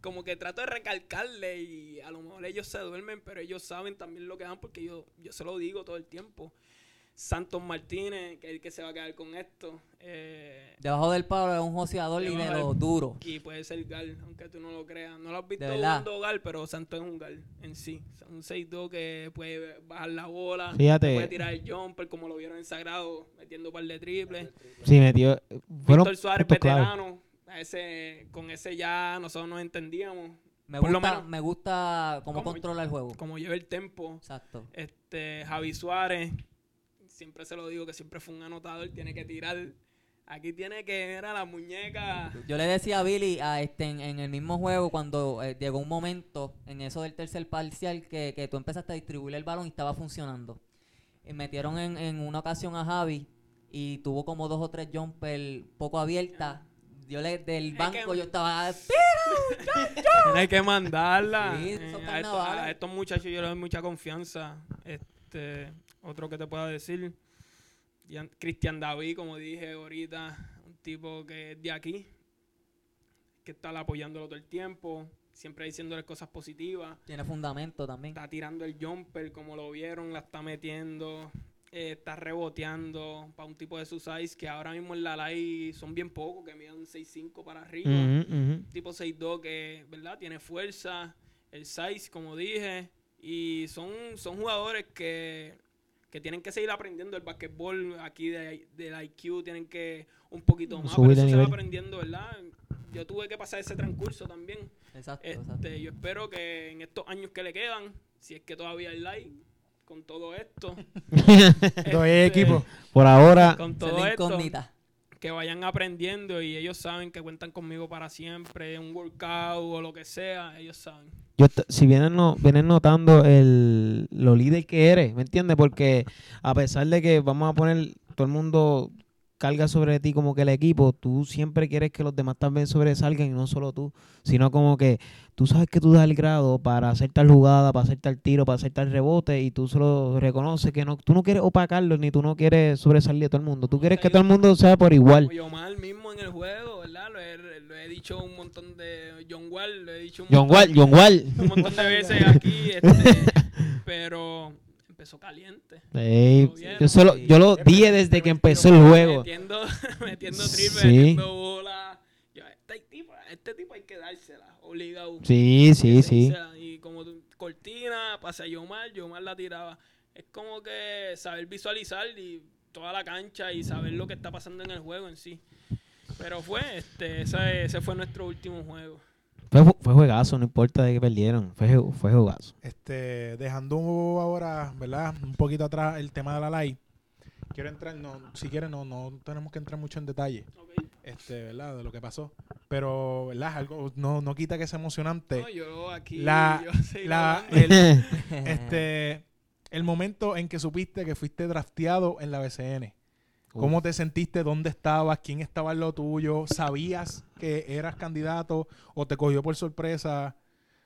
S4: como que trato de recalcarle y a lo mejor ellos se duermen, pero ellos saben también lo que dan porque yo, yo se lo digo todo el tiempo. Santos Martínez, que es el que se va a quedar con esto. eh,
S2: Debajo del palo es un joseador y de
S4: Debajo del-
S2: lo duro.
S4: y puede ser Gal, aunque tú no lo creas. No lo has visto
S2: De verdad.
S4: jugando Gal, pero Santos es un Gal en sí. O sea, Un 6-2 que puede bajar la bola,
S3: Fíjate.
S4: puede tirar el jumper, como lo vieron en Sagrado, metiendo un par de triples.
S3: Sí, metió. Fueron
S4: Víctor Suárez,
S3: puntos clave.
S4: veterano. a ese, con ese ya nosotros nos entendíamos.
S2: Me
S4: Por lo
S2: gusta,
S4: menos-
S2: me gusta cómo
S4: ¿Cómo?
S2: controla el juego.
S4: Como lleva el tempo.
S2: Exacto.
S4: Este, Javi Suárez, siempre se lo digo que siempre fue un anotador, tiene que tirar. Aquí tiene que era la muñeca.
S2: Yo le decía a Billy a este, en, en el mismo juego cuando eh, llegó un momento en eso del tercer parcial que, que tú empezaste a distribuir el balón y estaba funcionando. Y metieron en, en una ocasión a Javi y tuvo como dos o tres jumpers poco abiertas. Yo le, del
S4: que-
S2: banco yo estaba...
S4: Tiene que mandarla. Eh,
S2: Sí, esos
S4: a, estos,
S2: carnavales.
S4: a estos muchachos yo les doy mucha confianza. Este, otro que te pueda decir, Dian- Cristian David, como dije ahorita, un tipo que es de aquí, que está apoyándolo todo el tiempo, siempre diciéndole cosas positivas,
S2: Tiene fundamento también.
S4: está tirando el jumper como lo vieron, la está metiendo, eh, está reboteando para un tipo de su size que ahora mismo en la LAI son bien pocos, que miden 6'5 para arriba
S3: Ujú, ujú.
S4: tipo 6'2 que, ¿verdad? Tiene fuerza, el size, como dije, y son, son jugadores que, que tienen que seguir aprendiendo el basquetbol aquí de, del IQ, tienen que un poquito más,
S3: Subir
S4: pero
S3: de
S4: eso se va
S3: nivel.
S4: aprendiendo, ¿verdad? Yo tuve que pasar ese transcurso también.
S2: Exacto, exacto.
S4: Este, yo espero que en estos años que le quedan, si es que todavía hay like, con todo esto,
S1: Doy equipo.
S3: Por ahora,
S4: Este, con
S2: Esa es
S4: todo
S2: la
S4: esto,
S2: incógnita.
S4: que vayan aprendiendo y ellos saben que cuentan conmigo para siempre, un workout o lo que sea, ellos saben.
S3: yo t- si vienen, no, vienen notando el, lo líder que eres, ¿me entiendes? Porque a pesar de que vamos a poner, todo el mundo carga sobre ti como que el equipo, tú siempre quieres que los demás también sobresalgan y no solo tú, sino como que tú sabes que tú das el grado para hacer tal jugada, para hacer tal tiro, para hacer tal rebote y tú solo reconoces que no, tú no quieres opacarlo ni tú no quieres sobresalir a todo el mundo, tú quieres que todo el mundo sea por igual.
S4: Como Yomar mismo en el juego, ¿verdad? Lo he, lo he dicho un montón de. John Wall, lo he dicho un,
S3: John
S4: montón,
S3: Wall, John Wall.
S4: un montón de veces aquí, este, pero empezó caliente.
S3: Ey,
S4: Lo vieron.
S3: yo, solo, yo lo dije desde que empezó el juego.
S4: Metiendo, metiendo
S3: Sí.
S4: triple, metiendo bola. Yo, este tipo, a este tipo hay que dársela, obligado.
S3: Sí, sí,
S4: Ese
S3: sí.
S4: Isla, Y como tú- cortina, pase a Yomar, Yomar la tiraba. Es como que saber visualizar y toda la cancha y saber lo que está pasando en el juego en sí. Pero fue, este, ese, ese fue nuestro último juego.
S3: Fue, ju- fue juegazo, no importa de que perdieron. Fue, ju- fue juegazo.
S1: Este, dejando ahora, ¿verdad? Un poquito atrás el tema de la LAI. Quiero entrar, no, si quieres, no, no tenemos que entrar mucho en detalle, este, ¿verdad? De lo que pasó. Pero, ¿verdad? Algo, no, no quita que sea emocionante.
S4: No, yo aquí
S1: La-
S4: yo seguí
S1: La,
S4: hablando.
S1: el, este, el momento en que supiste que fuiste drafteado en la BCN. ¿Cómo te sentiste? ¿Dónde estabas? ¿Quién estaba en lo tuyo? ¿Sabías que eras candidato o te cogió por sorpresa?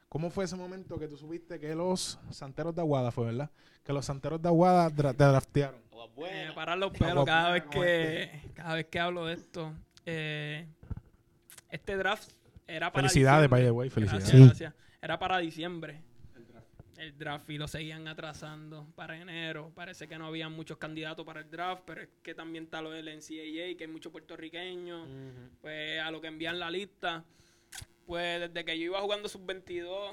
S1: ¿Cómo fue ese momento que tú supiste que los Santeros de Aguada fue, verdad? Que los Santeros de Aguada dra- te draftearon.
S4: Me paran Eh, los pelos cada vez que cada vez que hablo de esto. Eh, este draft era para
S1: Felicidades, by
S4: diciembre.
S1: the way, felicidades.
S4: Gracias,
S3: Sí.
S4: gracias. Era para diciembre. El draft y lo seguían atrasando para enero. Parece que no había muchos candidatos para el draft, pero es que también está lo del NCAA, que hay muchos puertorriqueños. Pues a lo que envían la lista. Pues desde que yo iba jugando sub-22,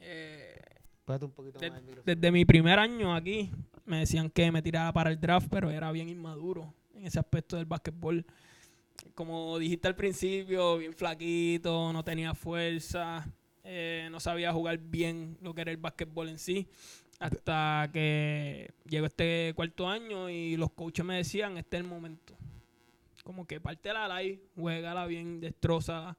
S4: eh,
S3: Párate un poquito
S4: de-
S3: más el micrófono.
S4: desde mi primer año aquí, me decían que me tiraba para el draft, pero era bien inmaduro en ese aspecto del básquetbol. Como dijiste al principio, bien flaquito, no tenía fuerza, eh, no sabía jugar bien lo que era el básquetbol en sí. Hasta que llegó este cuarto año y los coaches me decían, este es el momento. Como que parte la live, juégala bien, destroza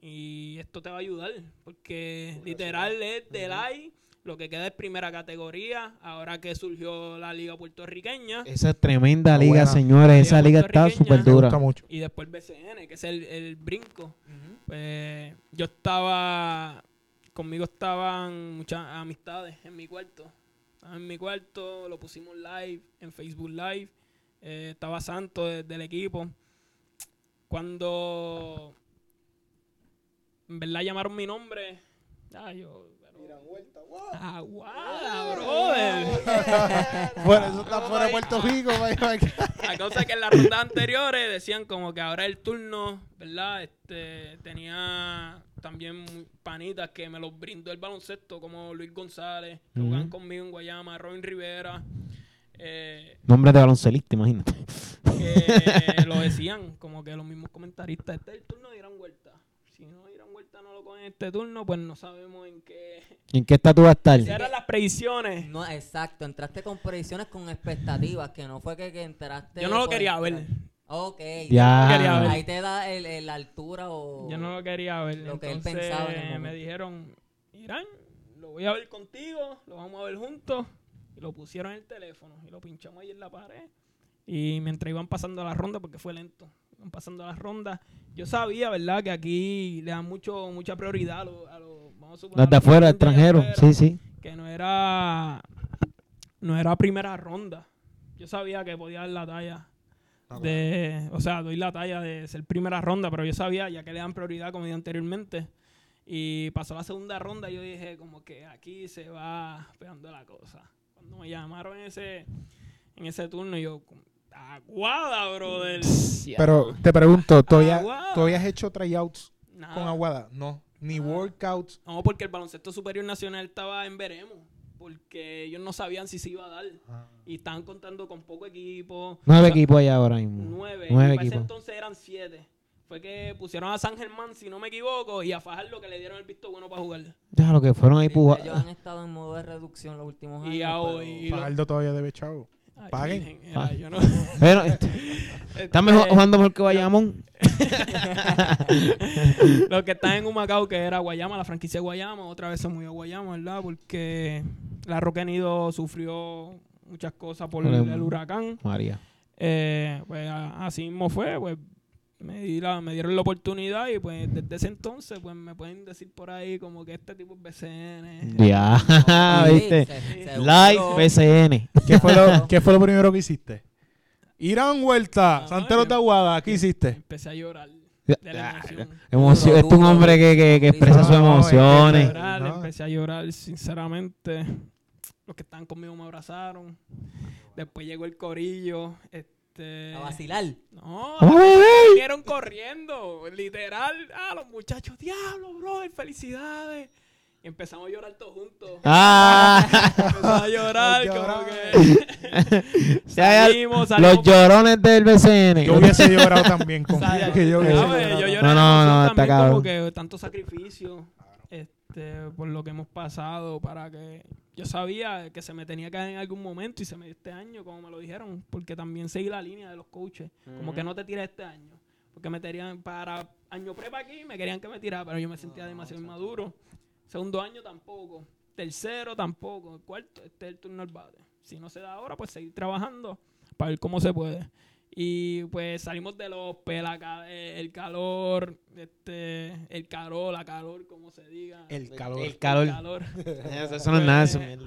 S4: y esto te va a ayudar. Porque literal es de live lo que queda es primera categoría, ahora que surgió la liga puertorriqueña
S3: Esa es tremenda
S5: Ah,
S3: liga,
S5: buena.
S3: señores. Esa
S4: Liga
S3: liga está
S4: puertorriqueña.
S3: súper
S5: Me
S3: dura.
S5: gusta mucho.
S4: y después BCN, que es el, el brinco. Pues, yo estaba, conmigo estaban muchas amistades en mi cuarto. Estaba en mi cuarto, lo pusimos live, en Facebook Live. Eh, estaba Santo de- del equipo. Cuando en verdad llamaron mi nombre, ah, yo... pero- Aguada, brother.
S5: Bueno, eso está
S4: No,
S5: fuera de
S4: ahí-
S5: Puerto Rico. vaya, vaya.
S4: La cosa es que en las rondas anteriores decían como que ahora el turno, ¿verdad? Este, tenía también panitas que me los brindó el baloncesto, como Luis González, que
S3: Ujú.
S4: jugaban conmigo en Guayama, Robin Rivera, eh,
S3: Nombre de baloncelista, imagínate.
S4: que lo decían, como que los mismos comentaristas, este es el turno de Irán Huerta. Si no Irán Huerta no lo cogen en este turno, pues no sabemos en qué...
S3: ¿En qué está tú vas a estar?
S4: Esas eran las predicciones.
S2: No, exacto, entraste con predicciones, con expectativas, que no fue que, que entraste.
S4: Yo no lo
S2: por
S4: quería
S2: entrar.
S4: ver.
S2: Ok.
S3: Ya.
S4: Quería ver.
S2: Ahí te da el, el- la altura o.
S4: Yo no lo quería ver.
S2: Lo que él
S4: Entonces,
S2: pensaba en el
S4: me
S2: momento.
S4: dijeron, Irán, lo voy a ver contigo, lo vamos a ver juntos. Y lo pusieron en el teléfono y lo pinchamos ahí en la pared. Y mientras iban pasando las rondas, porque fue lento, iban pasando las rondas. Yo sabía, ¿verdad?, que aquí le dan mucho, mucha prioridad a los. a los- vamos a suponer,
S3: Los de
S4: a los
S3: afuera,
S4: gente de
S3: extranjeros.
S4: afuera,
S3: Sí, sí.
S4: Que no era. No era primera ronda. Yo sabía que podía dar la talla de, o sea, doy la talla de ser primera ronda, pero yo sabía, ya que le dan prioridad, como dije anteriormente, y pasó la segunda ronda, yo dije, como que aquí se va pegando la cosa. Cuando me llamaron en ese, en ese turno, yo, aguada, brother.
S5: Pero te pregunto, ¿tú ya-
S4: Aguada.
S5: tú habías hecho tryouts
S4: Nada.
S5: con Aguada? No. Ni
S4: Ah.
S5: workouts.
S4: No, porque el baloncesto superior nacional estaba en veremos, porque ellos no sabían si se iba a dar, y estaban contando con poco equipo.
S3: Nueve
S4: O sea,
S3: equipos allá ahora mismo.
S4: Nueve.
S3: Nueve
S4: y para ese
S3: equipos.
S4: entonces eran siete. Fue que pusieron a San Germán, si no me equivoco, y a Fajardo que le dieron el visto bueno para jugar.
S3: Ya lo que fueron ahí
S2: Sí,
S3: puja-
S2: Ellos han estado en modo de reducción los últimos años.
S4: Y a
S2: pero-
S4: hoy.
S1: Fajardo todavía debe chavo.
S4: Ay,
S1: Paguen.
S4: virgen, era,
S3: Ah.
S4: yo no-
S3: Pero, este, está mejor
S4: Este,
S3: jugando mejor que Bayamón.
S4: Los que están en Humacao, que era Guayama, la franquicia de Guayama, otra vez se murió Guayama, ¿verdad? Porque la Roca Nido sufrió muchas cosas por
S3: Por
S4: el,
S3: el-
S4: el huracán.
S3: María.
S4: Eh, pues a- así mismo fue, pues me, di la- me dieron la oportunidad y pues desde ese entonces pues me pueden decir por ahí como que este tipo es BCN.
S3: Ya,
S2: Sí,
S3: Ah, viste.
S2: se- se
S3: Live
S2: hundió.
S3: PCN.
S1: ¿Qué fue lo, ¿qué fue lo primero que hiciste? Irán Huerta,
S4: Ah,
S1: Santero
S4: yo-
S1: de Aguada, ¿qué hiciste?
S4: Empecé a llorar de la
S3: Ya,
S4: emoción.
S3: emoción-
S2: Duro,
S3: Este es un
S2: duro.
S3: hombre que, que- que expresa
S2: No,
S1: es
S3: sus
S1: que-
S4: Empecé a
S3: emociones.
S4: llorar,
S1: No.
S4: empecé a llorar, sinceramente. Los que estaban conmigo me abrazaron. Después llegó el corillo. Este.
S2: A vacilar.
S4: No,
S3: ¡Vamos a beber!
S4: vinieron corriendo. Literal. Ah, los muchachos, diablo, brother, felicidades. Y empezamos a llorar todos juntos.
S3: Ah,
S4: Empezamos a llorar,
S5: Los
S4: como
S5: llorones.
S4: que.
S3: ya-
S4: salimos, salimos.
S3: los llorones del BCN.
S1: Yo hubiese llorado también con
S4: Sabe,
S1: que yo
S4: sabe,
S1: hubiese
S4: pues, yo
S1: llorado.
S4: lloré
S3: No, no,
S4: mucho
S3: no, está
S4: también
S3: cabrón.
S4: como que tanto sacrificio este, por lo que hemos pasado para que yo sabía que se me tenía que dar en algún momento y se me dio este año como me lo dijeron porque también seguí la línea de los coaches como que no te tires este año porque me tenían para año prepa aquí me querían que me tirara pero yo me sentía demasiado inmaduro segundo año tampoco tercero tampoco el cuarto este es el turno al bate si no se da ahora pues seguir trabajando para ver cómo se puede y pues salimos de los pela, ca- eh, el calor, este, el calor, la calor, como se diga.
S5: El calor.
S3: El calor. Eso, eso no es nada, eso. mierda.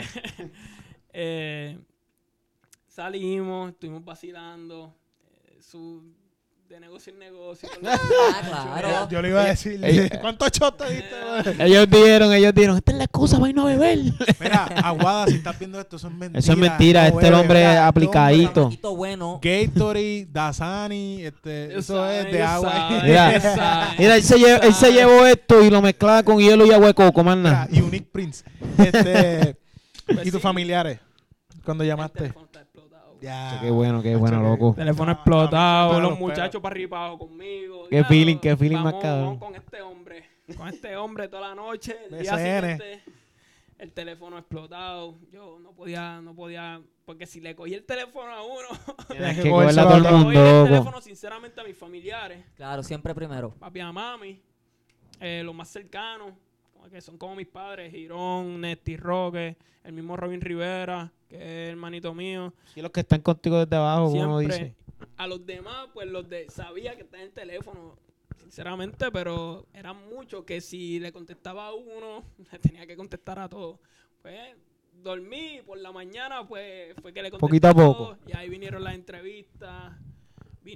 S4: Eh, salimos, estuvimos vacilando. eh, su- de negocio en negocio.
S2: Ah, claro.
S5: Yo le iba a decir,
S3: Ey.
S5: ¿cuántos shots te diste?
S4: Eh,
S5: bro?
S3: Ellos dijeron, ellos dijeron, esta es la excusa para irnos a beber.
S1: Mira, Aguada, si estás viendo esto, eso es mentira.
S3: Eso es mentira, este
S1: bebe,
S3: hombre
S1: ¿verdad?
S3: aplicadito.
S1: Este hombre-
S2: Poquito bueno.
S1: Gatorade, Dasani, este,
S4: Ellos
S1: eso es
S4: saben,
S1: de
S4: ellos
S1: agua.
S4: saben,
S3: Mira,
S4: ellos saben.
S3: Mira, él se, lle- él se llevó esto y lo mezclaba con hielo y agua de coco, más
S1: Mira,
S3: nada.
S1: Unique Prince. Este, ¿Y
S4: Pues
S1: tus
S4: sí, Este
S1: familiares? Cuando
S4: El
S1: llamaste.
S4: teléfono está explotado.
S1: Ya.
S3: Qué bueno, qué bueno, loco.
S4: Teléfono
S1: Ah,
S4: explotado,
S1: cabrón,
S4: los
S1: pero-
S4: muchachos para arriba conmigo.
S3: Qué
S4: diablo,
S3: feeling, qué feeling más
S4: vamos,
S3: cabrón.
S4: Vamos con este hombre, con este hombre toda la noche, el día
S1: BCN.
S4: siguiente, el teléfono explotado. Yo no podía, no podía, porque si le cogí el teléfono a uno,
S3: Tienes
S1: que
S3: que
S1: cogerse
S3: cogerla a todo
S1: la otra.
S3: el
S4: le cogí
S3: mundo,
S4: el
S3: loco.
S4: teléfono sinceramente a mis familiares,
S2: Claro, siempre primero.
S4: papi a mami, eh, los más cercanos, como que son como mis padres, Girón, Nesty Roque, el mismo Robin Rivera, que es hermanito mío.
S3: Y los que están contigo desde abajo, como uno
S4: siempre
S3: dice.
S4: a los demás pues los de sabía que estaba en el teléfono sinceramente pero eran muchos que si le contestaba a uno le tenía que contestar a todos pues dormí y por la mañana pues fue que le contesté
S3: Poquito a poco.
S4: todos, y ahí vinieron las entrevistas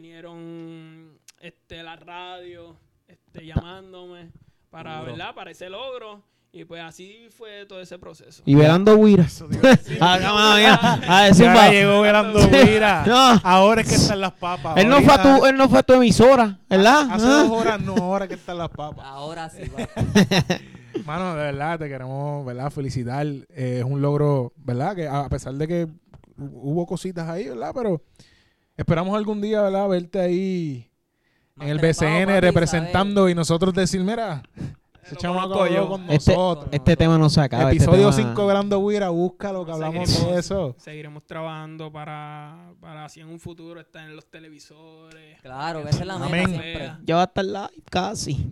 S4: vinieron este la radio este llamándome para
S2: Duro.
S4: verdad para ese logro y pues así fue todo ese proceso
S3: Y velando Wira. Ah, cámara mía. Ah, es zumba.
S1: Ahora llegó velando, mira.
S3: No.
S1: Ahora es que están las papas.
S3: Él no, fue a
S1: Ahorita-
S3: tu, él no fue a tu emisora, ¿verdad?
S1: Hace
S3: Ah.
S1: dos horas, no, ahora que están las papas.
S2: Ahora sí, va.
S1: Mano, de verdad, te queremos, ¿verdad? Felicitar. Eh, es un logro, ¿verdad? Que a a pesar de que hubo cositas ahí, ¿verdad? Pero esperamos algún día, ¿verdad? Verte ahí en el
S2: Más trepado,
S1: BCN
S2: papi, ¿eh?
S1: representando y nosotros decir, mira, ese
S4: Lo
S1: chamaco
S4: conozco
S1: habló
S4: yo.
S1: con
S3: Este-
S1: nosotros.
S3: Este tema no se acaba. este
S1: Episodio
S3: tema-
S1: 5 Grande Huira, búscalo, que hablamos de eso.
S4: Seguiremos trabajando para, para así en un futuro estar en los televisores.
S2: ¿sabes? Claro, que esa es la meta
S1: Amén.
S2: siempre.
S4: Vea.
S3: Ya va a estar live casi.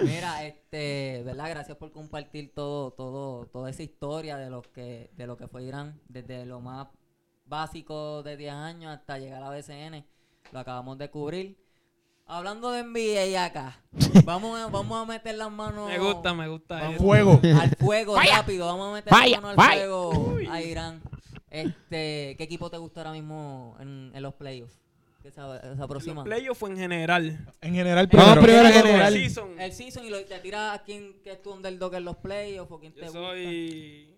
S2: Mira, este, ¿verdad? Gracias por compartir todo, todo, toda esa historia de los que, de lo que fue Irán, desde lo más básico de 10 años hasta llegar a BCN. Lo acabamos de cubrir. Hablando de NBA y acá, vamos a, vamos a meter las manos
S4: Me gusta, me gusta.
S2: Vamos.
S4: eso.
S1: Fuego.
S2: al fuego rápido, vamos a meter las
S3: Vaya,
S2: manos al
S3: vaya.
S2: fuego a Irán. Este, ¿qué equipo te gusta ahora mismo en, en los playoffs? Que se, se aproximan.
S4: Los playoffs fue en general.
S1: En general,
S3: Vamos
S1: primero.
S3: primero en
S4: Regular
S3: general.
S4: season.
S2: El season y lo, te tiras a quién que es tu underdog en los playoffs o quién te
S4: Yo
S2: gusta.
S4: soy.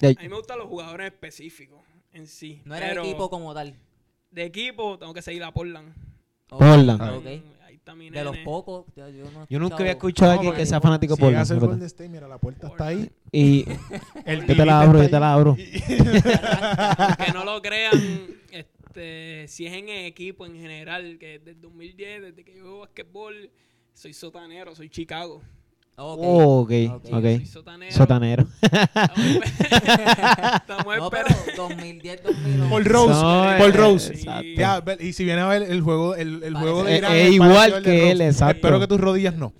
S3: Ya-
S4: A mí me gustan los jugadores específicos en sí.
S2: No era el
S4: pero
S2: equipo como tal.
S4: De equipo tengo que seguir a Portland.
S2: Ok,
S3: Portland.
S2: Ah, ok.
S4: Ahí está mi
S2: De los
S4: nene.
S2: pocos. Yo, yo no he
S3: Yo nunca había
S2: escuchado-
S3: escuchado a
S1: No,
S3: alguien
S1: pero
S3: que sea fanático
S1: Si
S3: por
S1: llegas al
S3: Portland,
S1: Golden State, este, mira, la puerta está ahí.
S3: Y
S1: El
S3: yo te
S1: divite
S3: la abro,
S1: está
S3: yo te
S1: ahí.
S3: la abro.
S4: Aunque no lo crean, este, si es en el equipo en general, que desde el 2010, desde que yo juego basquetbol, soy sotanero, soy Chicago.
S2: Ok.
S3: Oh, ok,
S2: Ok.
S3: ok.
S4: Soy sotanero.
S3: Sotanero.
S4: Estamos
S2: No, pero
S4: esperando.
S2: 2010, 2011.
S1: Paul Rose.
S3: No, eh,
S1: Paul Rose.
S3: exacto.
S4: Sí.
S1: Ya, ve- y si viene a ver el juego, el, el juego de
S3: Es-
S1: Irán.
S3: es
S1: es
S3: igual
S1: parecido al de
S3: que
S1: Rose.
S3: él, exacto.
S1: Espero que tus rodillas no.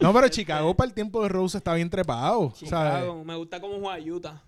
S1: no, pero Chicago para el tiempo de Rose está bien trepado. ¿sabes?
S4: Chicago, me gusta cómo juega Utah.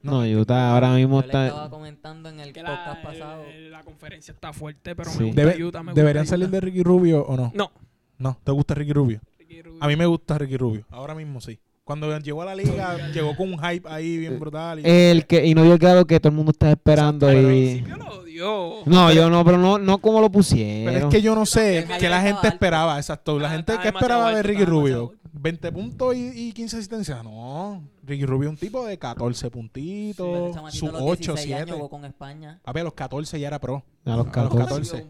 S3: No, Utah ahora mismo
S2: Yo le estaba
S3: está.
S2: comentando en el
S4: Que
S2: podcast
S4: la,
S2: pasado.
S4: el- la conferencia está fuerte, pero
S3: Sí.
S4: me gusta
S1: Debe-
S4: Utah. Me gusta
S1: ¿Deberían salir
S4: Utah.
S1: de Ricky Rubio o no?
S4: No.
S1: No, ¿te gusta Ricky Rubio?
S4: Ricky Rubio.
S1: A mí me gusta Ricky Rubio. Ahora mismo sí. Cuando llegó a la liga, llegó con un hype ahí bien brutal. y-
S3: El que, y no dio el grado que todo el mundo está esperando.
S4: Pero al
S3: Y...
S4: principio lo odió.
S3: No, yo no, pero no, no como lo pusieron.
S1: Pero es que yo no sé
S2: El hype
S1: qué la
S2: estaba
S1: gente
S2: alto.
S1: esperaba, exacto. La
S4: Ah,
S1: gente
S4: estaba
S1: que esperaba
S4: demasiado
S1: de
S4: alto,
S1: Ricky
S4: estaba
S1: Rubio.
S4: demasiado
S1: 20 puntos y, y 15 asistencias. No, Ricky Rubio es un tipo de 14 puntitos,
S2: Ese chamaquito
S1: sub
S2: a los
S1: 8,
S2: 16 años
S1: 7.
S2: jugó con España.
S1: A ver, a los 14 ya era pro.
S3: A los
S1: A los
S3: 14.
S1: 14.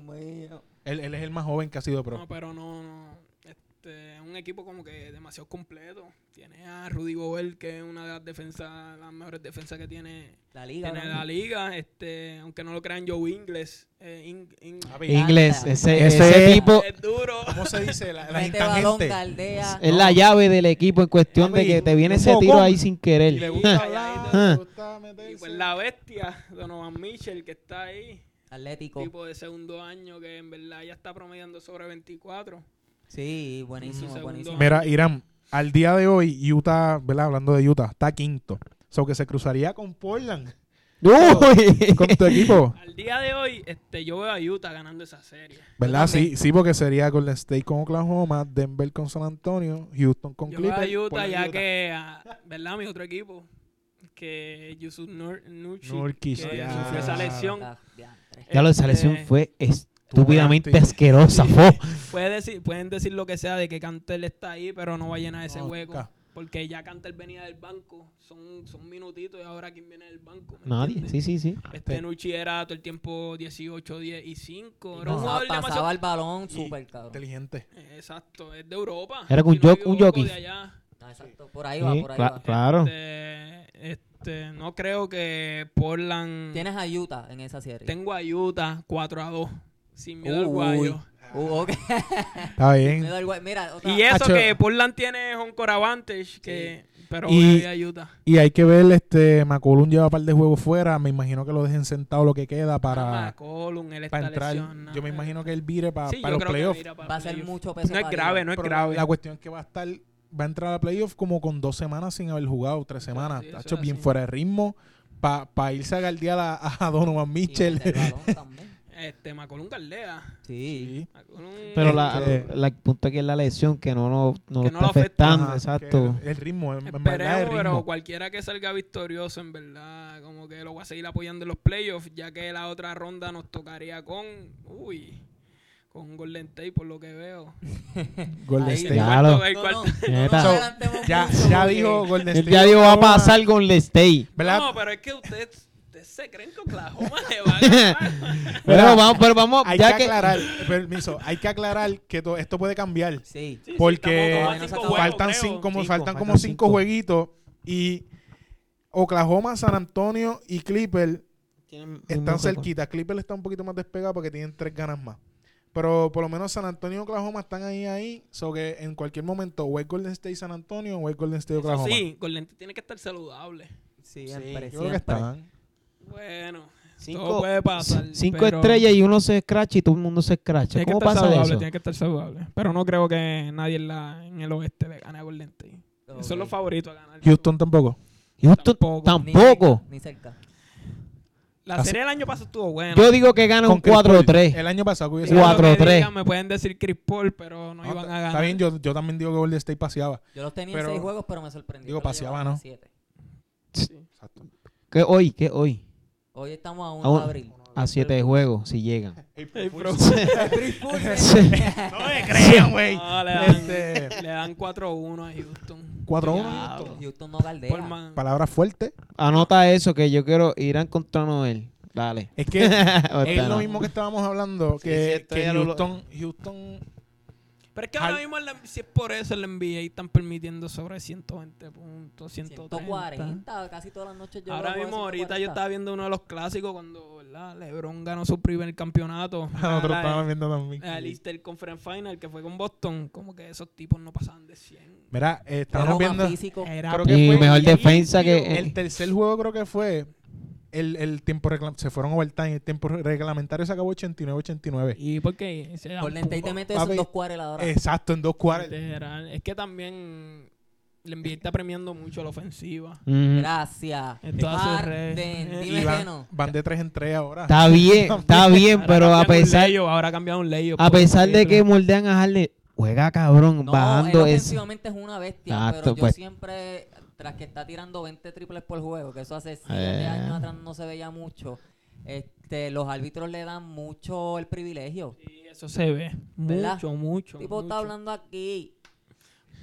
S1: Él, él es el más joven que ha sido pro.
S4: No, pero no, no. Este, es un equipo como que demasiado completo. Tiene a Rudy Gobert, que es una de las defensas, las mejores defensas que tiene,
S2: La liga.
S4: tiene
S2: ¿no?
S4: la liga. Este, aunque no lo crean, Joe Ingles. eh, In- In-
S1: Papi,
S3: Inglés, ese,
S1: Ese-
S3: ese tipo
S4: es duro.
S1: ¿Cómo se dice? La, la
S2: Mete balón,
S1: intangente.
S2: caldea.
S3: es la llave del equipo en cuestión de
S1: Papi,
S3: que te viene
S1: un
S3: ese tiro
S1: bocón.
S3: ahí sin
S1: Y le
S3: querer.
S1: gusta
S3: Ah.
S1: hablar, le gusta meterse.
S4: Y pues la bestia, Donovan Mitchell, que está ahí.
S2: Atlético.
S4: Tipo de segundo año que en verdad ya está promediando sobre 24.
S2: Sí,
S4: Su
S2: buenísimo,
S4: segundo.
S2: buenísimo.
S1: Mira, Irán, al día de hoy, Utah, ¿verdad? Hablando de Utah, está quinto. O sea, que se cruzaría con Portland,
S3: Uy.
S1: con tu equipo.
S4: Al día de hoy, este, yo veo a Utah ganando esa serie.
S1: ¿Verdad? Sí,
S2: también.
S1: sí, porque sería Golden State con Oklahoma, Denver con San Antonio, Houston con
S4: Yo veo
S1: Clippers.
S4: a Utah
S1: Portland,
S4: ya
S1: Utah.
S4: que, ah, ¿verdad? Mi otro equipo, que Yusuf Nur- Nurkic,
S1: Nurkic,
S4: que
S1: ya.
S4: sufrió esa lesión.
S2: Ah, ya.
S3: Ya lo de esa
S4: Este,
S3: lesión fue estúpidamente
S1: Tuberante.
S3: asquerosa,
S4: Sí.
S3: fo.
S4: Puede decir, pueden decir lo que sea de que Cantel está ahí, pero no va a llenar ese
S1: No,
S4: hueco.
S1: nunca.
S4: Porque ya Cantel venía del banco. Son, son minutitos y ahora quién viene del banco. ¿Me
S3: Nadie,
S4: entiendes?
S3: sí, sí, sí.
S4: Este Nucci era todo el tiempo 18, 10 y 5. Era un
S2: Pasaba,
S4: jugador
S2: pasaba
S4: demasiado-
S2: el balón
S1: Y
S2: súper cabrón.
S1: Inteligente.
S4: Exacto, es de Europa.
S3: Era
S4: si
S3: un
S4: no me
S3: jock- un
S4: equivoco,
S3: jockey.
S4: de allá.
S2: Ah, exacto. Por ahí
S3: Sí,
S2: va, por ahí
S3: cla-
S2: va.
S3: Claro.
S4: Este, este, no creo que Portland.
S2: Tienes a Utah en esa serie.
S4: Tengo a Utah 4 a 2. Sin miedo al
S2: Uy.
S4: guayo.
S2: Uh, ok.
S1: Está bien.
S2: Me da igual. Mira, otra.
S4: Y eso
S1: Hacho.
S4: que Portland tiene Home Advantage, que, pero
S1: Y-
S4: voy a Utah.
S1: Y hay que ver, este, McCollum lleva un par de juegos fuera. Me imagino que lo dejen sentado lo que queda
S4: Para,
S1: para,
S4: Column, él
S1: para
S4: está
S1: entrar.
S4: lesionado.
S1: Yo me imagino que él vire para,
S4: Sí,
S1: para
S4: yo
S1: los
S4: creo que
S1: playoffs.
S4: mira para
S2: va a ser
S4: playoff.
S2: mucho peso.
S4: No es
S2: para
S4: grave,
S2: Utah.
S4: no es
S1: Pero
S4: grave.
S1: La cuestión es que va a estar, va a entrar a playoff como con dos semanas sin haber jugado, tres semanas.
S4: sí, eso
S1: Está
S4: es
S1: hecho bien
S4: así.
S1: fuera de ritmo para irse a galdear a, a Donovan
S2: Y
S1: Mitchell.
S2: mete el balón también.
S4: Este, McCollum Galdea.
S2: Sí.
S1: Sí.
S4: McCollum-
S3: Pero
S1: Eh,
S3: la,
S1: que-
S3: la- el punto aquí es la lesión que no nos no
S4: Este, Que
S3: nos
S4: no
S3: está
S4: lo afecta,
S3: afectando,
S1: Ajá,
S3: exacto.
S1: que El ritmo, en, en Pues, verdad, el
S4: Esperemos, pero
S1: ritmo.
S4: cualquiera que salga victorioso, en verdad, como que lo voy a seguir apoyando en los playoffs, ya que la otra ronda nos tocaría con, uy, con Golden State, por lo que veo.
S1: Golden
S2: Ahí-
S1: State.
S3: Ya,
S4: cuarto-
S3: lo-
S4: el
S2: No, no,
S4: cuarto-
S2: no nos
S3: Neta.
S2: adelantemos
S1: Ya,
S2: mucho
S1: ya
S2: porque-
S1: dijo Golden
S3: El
S1: State.
S3: día digo va a pasar con el State.
S1: ¿Verdad?
S4: No, pero es que ustedes, ustedes se creen que Oklahoma le va a ganar.
S1: Mira,
S3: Pero vamos, pero vamos,
S1: Hay que
S3: ya que,
S1: aclarar, permiso, hay que aclarar que to- esto puede cambiar.
S2: Sí.
S4: Sí, sí,
S1: Porque
S4: estamos como a cinco juegos,
S1: faltan
S4: creo.
S1: cinco, como
S3: Cinco,
S1: faltan como
S3: faltan
S1: cinco
S3: cinco.
S1: jueguitos y Oklahoma, San Antonio y Clipper están cerquita. Clipper está un poquito más despegado porque tienen tres ganas más. Pero por lo menos San Antonio y Oklahoma están ahí ahí, so que en cualquier momento o es Golden State San Antonio o es Golden State
S4: Eso
S1: Oklahoma.
S4: sí, Golden State tiene que estar saludable.
S2: Siempre,
S1: yo creo que
S2: siempre.
S1: están.
S4: Bueno, todo
S3: Cinco,
S4: puede pasar.
S3: cinco
S4: pero
S3: estrellas y uno se escracha y todo el mundo se escracha.
S4: Tiene que
S3: ¿Cómo
S4: estar
S3: pasa
S4: saludable,
S3: eso?
S4: tiene que estar saludable. Pero no creo que nadie en, la, en el oeste le gane a Golden State.
S2: Ok.
S4: Son los favoritos a ganar.
S1: Houston tampoco.
S3: Houston
S4: Tampoco.
S3: tampoco.
S2: Ni cerca, Ni cerca.
S4: La serie del año pasado estuvo buena.
S3: Yo digo que gana
S1: Con
S3: un
S1: Chris Paul.
S3: 4-3.
S1: El año pasado que hubiese
S4: Digan lo
S3: Cuatro,
S4: que
S3: tres.
S4: digan, Me pueden decir Chris Paul, pero no,
S1: No,
S4: iban a ganar.
S1: Está bien, yo, yo también digo que Golden State paseaba.
S2: Yo los tenía
S1: Pero-
S2: en seis juegos, pero me sorprendió.
S1: Digo,
S2: que lo
S1: paseaba,
S2: llevaran a
S1: ¿no?
S2: siete.
S3: ¿Qué hoy? ¿Qué hoy?
S2: Hoy estamos a 1
S3: A un-
S2: de abril.
S3: A 7 juegos, si llegan.
S4: Ey, bro.
S1: No me crean, güey.
S4: No, le dan,
S1: Este,
S4: le dan 4-1 a Houston.
S1: 4-1.
S2: Houston no
S4: Por
S2: galdea.
S4: man-
S1: Palabra fuerte.
S3: Anota eso que yo quiero Irán contra Noel. Dale.
S1: Es que es
S3: Botana.
S1: lo mismo que estábamos hablando.
S3: Sí,
S1: Que,
S3: sí, esto
S1: que
S3: ya lo-
S1: Houston, Houston.
S4: Pero es que ahora
S1: Hal-
S4: mismo, en la- si es por eso, el NBA están permitiendo sobre 120 puntos, 130.
S2: 140, casi todas las noches yo
S4: Ahora
S2: lo veo
S4: mismo,
S2: a
S4: ahorita
S2: 140.
S4: yo estaba viendo uno de los clásicos cuando ¿verdad? LeBron ganó su primer campeonato.
S3: Ah,
S1: Nosotros
S4: La-
S1: estábamos viendo también.
S4: la- El Easter Conference Final que fue con Boston. Como que esos tipos no pasaban de 100.
S1: Mira, eh,
S2: Pero
S1: estábamos
S2: más
S1: viendo.
S2: físico.
S4: Era
S1: Creo que
S3: Y
S1: fue
S3: mejor
S1: bien,
S3: defensa que.
S1: El tercer juego creo que fue. El, el tiempo reclam- se fueron overtime. El tiempo reglamentario se acabó 89-89.
S4: ¿Y por qué? Se dan
S2: Golden State
S4: pujo.
S2: te mete esos
S1: Papi, eh,
S2: dos cuarel ahora.
S1: Exacto, en dos
S3: Este
S1: cuartos.
S4: Literal. Es que también el NBA está premiando mucho la ofensiva.
S3: Mm,
S2: Gracias.
S4: En todas sus
S2: Harden,
S4: redes.
S2: dime
S1: Y
S2: que
S1: van,
S2: no.
S1: van de 3 en 3 ahora.
S3: Está bien, está bien,
S4: Ahora
S3: pero a
S4: cambiaron un
S3: pesar,
S4: layoff, ahora cambiaron un layoff
S3: a
S4: por
S3: pesar de
S4: decirlo.
S3: que moldean a Harley, juega cabrón,
S2: No,
S3: bajando
S2: él
S3: es.
S2: ofensivamente es una bestia, pero
S3: Exacto,
S2: yo
S3: pues.
S2: siempre, tras que está tirando 20 triples por juego, que eso hace 7
S3: Eh.
S2: años atrás no se veía mucho, este, los árbitros le dan mucho el privilegio.
S4: Sí, eso se ve.
S2: ¿Verdad?
S4: Mucho, mucho.
S2: El tipo está
S4: mucho.
S2: hablando aquí.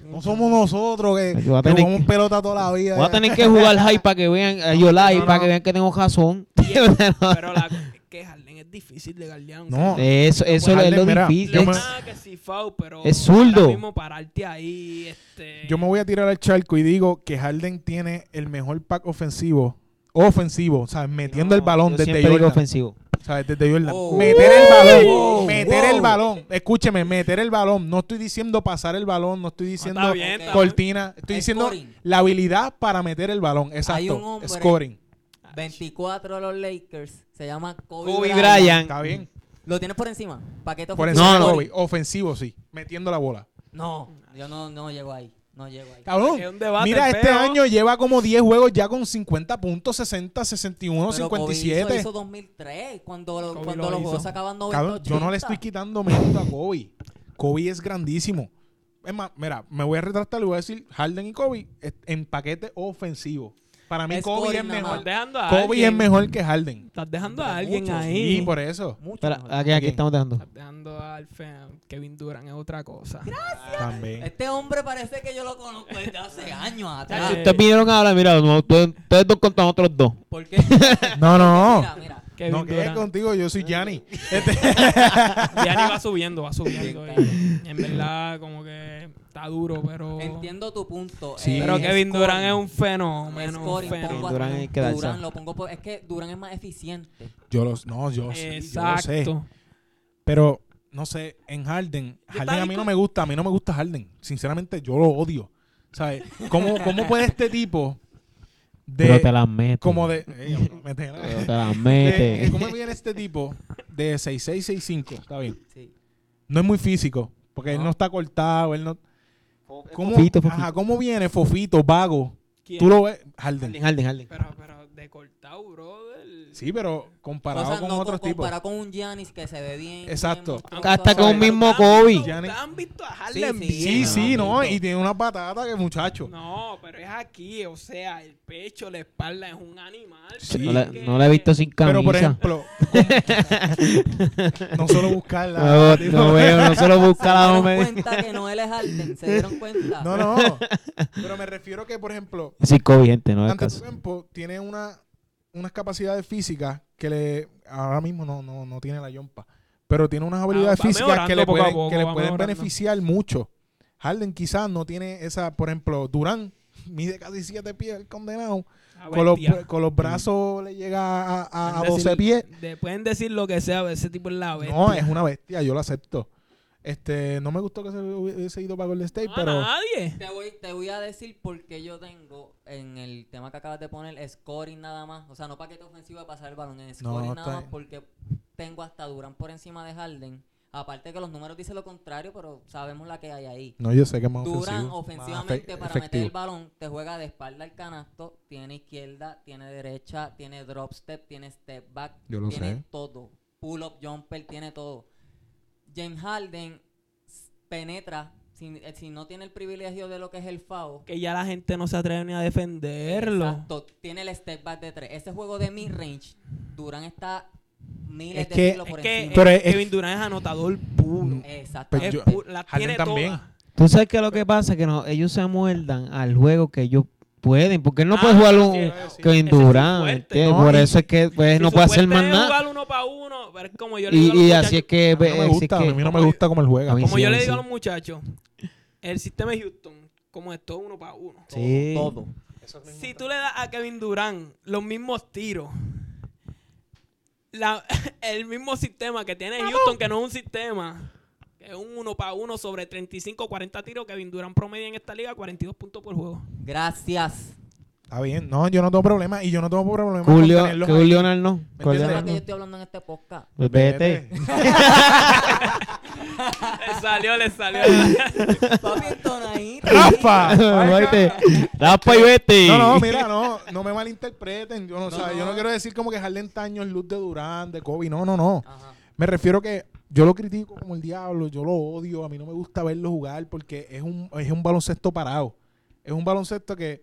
S1: No somos nosotros que,
S3: Yo voy a
S1: que
S3: tener
S1: jugamos
S3: que-
S1: pelota toda la vida.
S3: Voy a tener que jugar high para que vean, a yo live,
S4: no,
S3: para
S4: no.
S3: que vean que tengo razón.
S4: Pero la cosa es que Harden es difícil de guardiar. aunque
S1: No,
S3: Eso, eso
S1: Harden,
S3: es lo
S1: mira,
S4: No
S1: yo
S3: difícil.
S4: es
S1: me-
S4: nada que si foul, pero
S3: Es zurdo.
S4: ahora mismo pararte ahí, este...
S1: Yo me voy a tirar al charco y digo que Harden tiene el mejor pack ofensivo. Ofensivo, o sea, metiendo el balón
S3: Yo
S1: desde
S3: siempre digo
S1: Jordan.
S3: ofensivo.
S1: O sea, desde Jordan.
S2: Oh.
S1: Meter el balón.
S2: Wow,
S1: meter
S2: wow.
S1: el balón. Escúcheme, meter el balón. No estoy diciendo pasar el balón, no estoy diciendo
S4: está bien, está
S1: cortina. Estoy diciendo
S2: Scoring.
S1: la habilidad para meter el balón. Exacto.
S2: un hombre-
S1: Scoring.
S4: Ah,
S2: 24 de los Lakers. Se llama Kobe,
S3: Kobe
S2: Bryant.
S3: Bryant.
S1: Está bien.
S2: ¿Lo tienes por encima? Paquete
S1: Por
S2: ofensivo.
S1: encima
S3: No, no.
S1: de Kobe. Ofensivo, sí. Metiendo la bola.
S2: No, yo no, no llego ahí. No llego ahí.
S1: Cabrón.
S4: Es un debate
S1: Mira, este
S4: feo.
S1: año lleva como 10 juegos ya con 50 puntos, 60, 61,
S2: Pero Kobe hizo
S1: 57.
S2: eso 2003, cuando, lo-
S4: Kobe
S2: cuando
S4: lo
S2: los
S4: hizo.
S2: juegos se acaban 90
S1: Cabrón, yo no le estoy
S2: 80.
S1: quitando mérito a Kobe. Kobe es grandísimo. Es más, mira, me voy a retractar y voy a decir Harden y Kobe es- en paquete ofensivo. Para mí
S2: Es
S1: Kobe
S2: scoring
S1: es
S2: nada
S1: mejor.
S2: más.
S4: dejando a
S1: Kobe es
S4: alguien-
S1: mejor que Harden.
S4: Estás dejando
S2: Pero
S4: a alguien
S2: muchos,
S4: ahí.
S1: Y por eso.
S2: Mucho
S3: Espera,
S2: mejor.
S3: aquí, aquí
S1: Bien.
S3: estamos dejando.
S4: Estás dejando al fan Kevin Durant es otra cosa.
S1: También.
S2: Este hombre parece que yo lo conozco desde hace años atrás.
S4: Chacho.
S3: Ustedes vinieron a hablar, mira, no, ustedes, ustedes dos contra nosotros dos.
S2: ¿Por qué?
S1: No,
S2: Mira,
S1: no.
S2: mira.
S4: Este- Kevin
S1: No quedes
S4: Durant.
S1: contigo, yo soy Gianni.
S4: Gianni va subiendo, va subiendo. y en verdad, como que está duro, pero.
S2: Entiendo tu punto.
S1: Sí.
S2: eh,
S4: Pero Kevin Durant
S2: scoring.
S4: es un fenómeno. un
S2: Scoring,
S4: fenómeno.
S2: pongo a
S3: Durant hay que darse.
S2: Durant, lo pongo por- es que Durán es más eficiente.
S1: Yo los, no, yo, sí, yo lo sé.
S4: Exacto.
S1: Pero, no sé, en Harden, Harden
S4: estaba
S1: a mí no
S4: discu-
S1: me gusta, a mí no me gusta Harden. Sinceramente, yo lo odio. ¿Sabes? ¿Cómo, cómo puede este tipo
S3: Pero te
S1: de...
S3: las metes.
S1: Como de... eh, me te-
S3: Pero te las
S1: de-
S3: metes.
S1: ¿Cómo viene este tipo de 6'6", 6'5"? Está bien.
S2: Sí.
S1: No es muy físico, porque él
S2: No.
S1: no está cortado, él no... ¿Cómo,
S3: fofito, fofito.
S1: Ajá, ¿cómo viene Fofito, vago?
S4: ¿Quién?
S1: Tú lo ves, Harden.
S3: Harden, Harden, Harden.
S4: Pero, pero de cortado, brother.
S1: Sí, pero comparado
S2: O sea,
S1: con
S2: no
S1: otros
S2: co-
S1: tipos.
S2: comparado con un Giannis que se ve bien.
S1: Exacto.
S2: bien musculoso.
S3: Hasta
S4: Pero
S3: con mismo
S4: ¿ustedes han
S3: Kobe.
S4: visto-
S1: Gianni-
S4: ¿ustedes han visto a
S2: Sí,
S4: Harlem?
S2: sí,
S1: Sí, sí, no,
S2: hermanito.
S1: y tiene una patata que muchacho.
S4: No, pero es aquí, o sea, el pecho, la espalda es un animal.
S1: Sí.
S3: No
S4: pero
S3: la,
S4: es que-
S3: no la he visto sin camisa.
S1: Pero por ejemplo, no solo buscarla.
S3: No,
S1: tipo,
S3: no veo, no se lo busca
S2: Se
S3: la
S2: dieron
S3: hombre.
S2: cuenta que no él es Harden, se dieron cuenta.
S1: no, no. Pero me refiero que, por ejemplo,
S3: Sí, Kobe, gente, no es
S1: ante
S3: caso.
S1: tu tiempo tiene una, unas capacidades físicas que le ahora mismo no, no, no tiene la yompa, pero tiene unas habilidades
S4: Ah, va
S1: físicas que
S4: mejorando
S1: le
S4: poco a
S1: pueden,
S4: poco,
S1: que le
S4: va
S1: pueden
S4: mejorando.
S1: beneficiar mucho. Harden quizás no tiene esa, por ejemplo, Durán mide casi 7 pies el condenado,
S4: Ah,
S1: con los,
S4: bestia.
S1: con los brazos le llega a, a, a
S4: Pueden
S1: 12
S4: decir-
S1: pies.
S4: de- pueden decir lo que sea, ese tipo es la bestia.
S1: No, es una bestia, yo lo acepto. Este, no me gustó que se hubiese ido para Golden State,
S4: No, a
S1: pero
S4: nadie.
S2: Te voy, te voy a decir por qué yo tengo en el tema que acabas de poner scoring nada más. O sea, no paquete ofensivo de pasar el balón, en scoring
S1: está
S2: nada más
S1: bien.
S2: porque tengo hasta Durán por encima de Harden. Aparte que los números dicen lo contrario, pero sabemos la que hay ahí.
S1: no, yo sé que es más
S2: Durán
S1: ofensivo.
S2: ofensivamente
S1: Más efe-
S2: para meter
S1: efectivo.
S2: el balón te juega de espalda al canasto, tiene izquierda, tiene derecha, tiene drop step, tiene step back,
S1: Yo lo
S2: tiene
S1: sé.
S2: todo, pull up jumper, tiene todo. James Harden s- penetra si, eh, si no tiene el privilegio de lo que es el FAO.
S4: Que ya la gente no se atreve ni a defenderlo.
S2: Exacto, tiene el step back de tres. Ese juego de mid range, Durán está miles
S1: Es
S2: de
S1: que-
S2: kilos
S4: Es
S2: por
S4: que
S2: encima.
S1: Pero es-
S4: Kevin Durant es anotador
S2: Mm,
S4: puro.
S2: Exacto.
S1: Pues
S4: Es
S1: yo-
S4: pu- la
S1: Harden
S4: tiene
S1: también.
S4: toda.
S3: Tú sabes que lo que pasa es que no, ellos se amuerdan al juego que ellos pueden, porque él no
S4: Ah,
S3: puede jugar
S4: sí,
S3: un
S4: sí, sí.
S3: Kevin
S4: Ese es su
S3: Durant,
S4: fuerte.
S3: ¿entiendes?
S1: No,
S3: por
S1: y-
S3: eso es que pues,
S4: Si
S3: no
S4: su
S3: puede hacer
S4: fuerte
S3: más
S4: es
S3: nada.
S4: jugar uno para uno, pero es como yo le digo
S3: Y,
S4: a los
S3: y así
S4: muchachos-
S3: es que,
S1: A mí no me
S3: así es
S1: gusta,
S3: que-
S1: a mí no me gusta cómo él
S3: A
S1: juega.
S3: mí
S4: Como
S3: Sí,
S4: yo le
S3: sí.
S4: digo a los muchachos, el sistema de Houston, como es todo uno para uno.
S3: Sí.
S2: Todo.
S4: Si tú le das a Kevin Durant los mismos tiros, la- el mismo sistema que tiene Houston, que no es un sistema, que es un uno para uno sobre 35, 40 tiros, Kevin Durant promedia en esta liga 42 puntos por juego.
S2: Gracias.
S1: Está bien, no, yo no tengo problema y yo no tengo problema con
S3: Julio,
S1: tenerlos
S3: que
S1: ahí.
S3: Julio Leonard no.
S1: ¿Me
S3: Julio
S1: entiendes?
S2: Ahora que yo
S3: Leonard
S2: estoy hablando en este podcast.
S3: no. Vete.
S4: Le salió, le salió.
S2: Papi, entonadito.
S1: ¡Rafa!
S3: Vete. Rapa y vete.
S1: No, no, mira, no, no me malinterpreten. Yo no,
S2: No,
S1: sabe, yo
S2: no.
S1: no quiero decir como que Harden Taño es luz de Durán, de Kobe. No, no, no.
S2: Ajá.
S1: Me refiero que yo lo critico como el diablo, yo lo odio, a mí no me gusta verlo jugar porque es un, es un baloncesto parado. Es un baloncesto que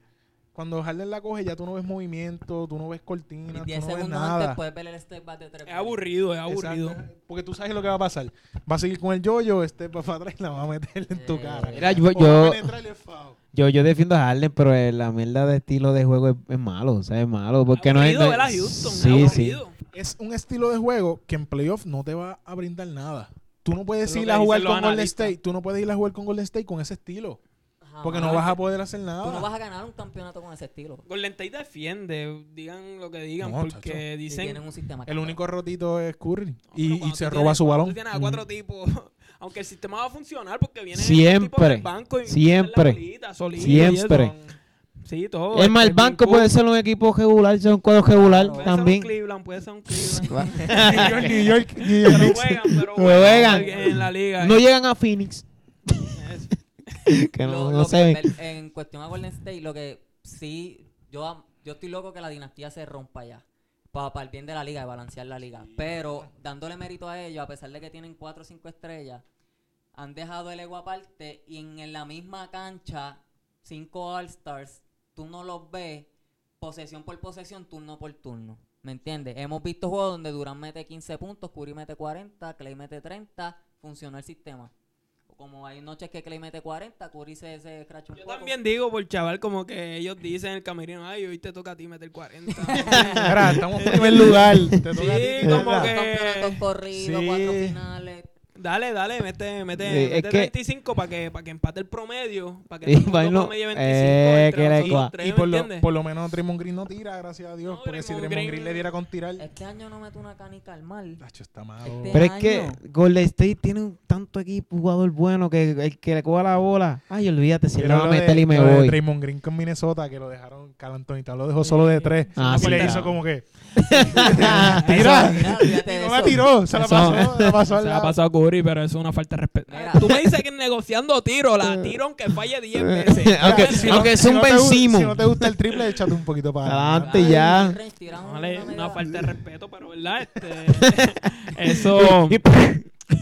S1: cuando Harden la coge ya tú no ves movimiento, tú no ves
S2: Y
S1: cortina, tú
S2: 10
S1: no ves
S2: segundos
S1: nada.
S2: antes puedes ver el step back de tres.
S4: es aburrido, es aburrido.
S1: Exacto, Porque tú sabes lo que va a pasar. Va a seguir con el yoyo, este va para atrás y la va a meter en tu
S2: Eh,
S1: cara.
S3: Mira,
S1: O
S3: yo,
S1: va a
S3: yo,
S1: penetrar y es foul.
S3: yo, yo defiendo a Harden, pero eh, la mierda de estilo de juego es, es malo, o sea, es malo. Porque no es. no
S4: Aburrido,
S3: es-
S4: ¿verdad, Houston?
S3: sí, sí.
S4: Aburrido.
S1: Es un estilo de juego que en playoff no te va a brindar nada. Tú no puedes
S4: Es lo
S1: ir
S4: que
S1: a jugar
S4: dicen los
S1: con Golden
S4: analistas.
S1: State. Tú no puedes ir a jugar con Golden State con ese estilo.
S4: Ah,
S2: Ajá.
S1: Porque no vas a poder hacer nada.
S2: Tú no vas a ganar un campeonato con ese estilo.
S4: Golden State defiende, digan lo que digan,
S1: No,
S4: porque
S1: chacho.
S2: Si
S4: dicen...
S2: tienen un sistema.
S1: El
S2: cabrón.
S1: único rotito es Curry.
S4: No, pero
S1: Y- y,
S4: cuando
S1: se
S4: tú
S1: roba
S4: tienes-
S1: su
S4: cuando
S1: balón.
S4: Tú tienes a
S1: Ujú.
S3: Mm.
S4: cuatro tipos, aunque el sistema va a funcionar porque vienen
S3: Siempre,
S4: banco y
S3: siempre,
S4: meten la bolita, solito y
S3: siempre.
S4: eso. Sí, todo.
S1: Oh,
S3: Es más, el
S4: Este,
S3: banco
S4: Bill
S3: puede
S4: Cook,
S3: ser un equipo regular, ser un cuadro regular
S2: Claro.
S4: puede ser
S3: también.
S4: un Cleveland, puede ser un Cleveland.
S1: New York, New York, New York
S4: pero
S1: Knicks.
S4: juegan,
S3: Pero
S4: pero juegan,
S3: juegan.
S4: en la liga.
S3: No llegan a Phoenix.
S4: Es-
S3: que no,
S2: Lo-
S3: no
S2: lo
S3: se ven.
S2: que- el- En cuestión a Golden State, lo que sí. Yo, am- yo estoy loco que la dinastía se rompa ya. Para, el bien de la liga, de balancear la liga. Pero dándole mérito a ellos, a pesar de que tienen 4 o 5 estrellas, han dejado el ego aparte y en, en la misma cancha, cinco All-Stars, tú no los ves posesión por posesión, turno por turno. ¿Me entiendes? Hemos visto juegos donde Durán mete 15 puntos, Curry mete 40, Clay mete 30, funcionó el sistema. Como hay noches que Clay mete 40, Curry se, se escracha un
S4: Yo
S2: poco.
S4: también digo por chaval, como que ellos dicen en el camerino, ay, hoy te toca a ti meter 40.
S1: Mira, estamos en primer lugar. Te toca
S4: Sí,
S1: a ti,
S4: como
S1: ¿verdad?
S4: que-
S2: Campeonatos corridos,
S1: Sí.
S2: cuatro finales.
S4: dale, dale, mete, mete,
S3: Sí, es
S4: mete
S3: que-
S4: 35 para que, para que empate el promedio, para que
S3: Y
S4: todo el
S3: bueno,
S4: mundo promedie 25
S3: eh,
S4: entre
S3: que le
S4: nosotros
S3: cua-
S4: tres,
S1: Y
S4: ¿me
S1: por lo,
S4: entiendes?
S1: por lo menos Draymond Green no tira, gracias a Dios.
S4: No,
S1: porque si
S4: Draymond
S1: Draymond Green
S4: Green-
S1: le diera con tirar,
S2: Este año no mete una canica al mal.
S1: Nacho está malo.
S2: Este-
S3: Pero es que
S2: año.
S3: Golden State tiene un tanto equipo jugador bueno que el que le coja la bola. Ay, olvídate, si
S1: Pero
S3: él no va a
S1: lo de-
S3: meter y me
S1: lo de
S3: voy.
S1: Draymond Green con Minnesota, que lo dejaron, Cal Anthony Towns lo dejó solo de tres.
S3: Ah,
S1: y
S3: sí,
S1: le
S3: claro.
S1: hizo como que,
S2: Eso,
S1: tira.
S2: mira, olvídate
S1: Y
S2: de
S1: no la
S2: eso.
S1: tiró, se la
S3: Eso.
S1: pasó, se la pasó al
S4: Se la ha
S1: lado.
S4: pasado a Curry, pero eso es una falta de respeto.
S2: Mira.
S4: Tú me dices que negociando tiro, la tiro aunque falle 10 veces.
S3: aunque
S1: Si no-
S3: aunque es
S1: si
S3: un
S1: no te
S3: Ben
S1: gu- Si no
S3: Simmons.
S1: te gusta el triple, échate un poquito para
S3: Adelante.
S2: Ay,
S3: ya.
S2: Range, tira una
S4: Vale, una
S2: media.
S4: falta de respeto, pero ¿verdad? Este, eso,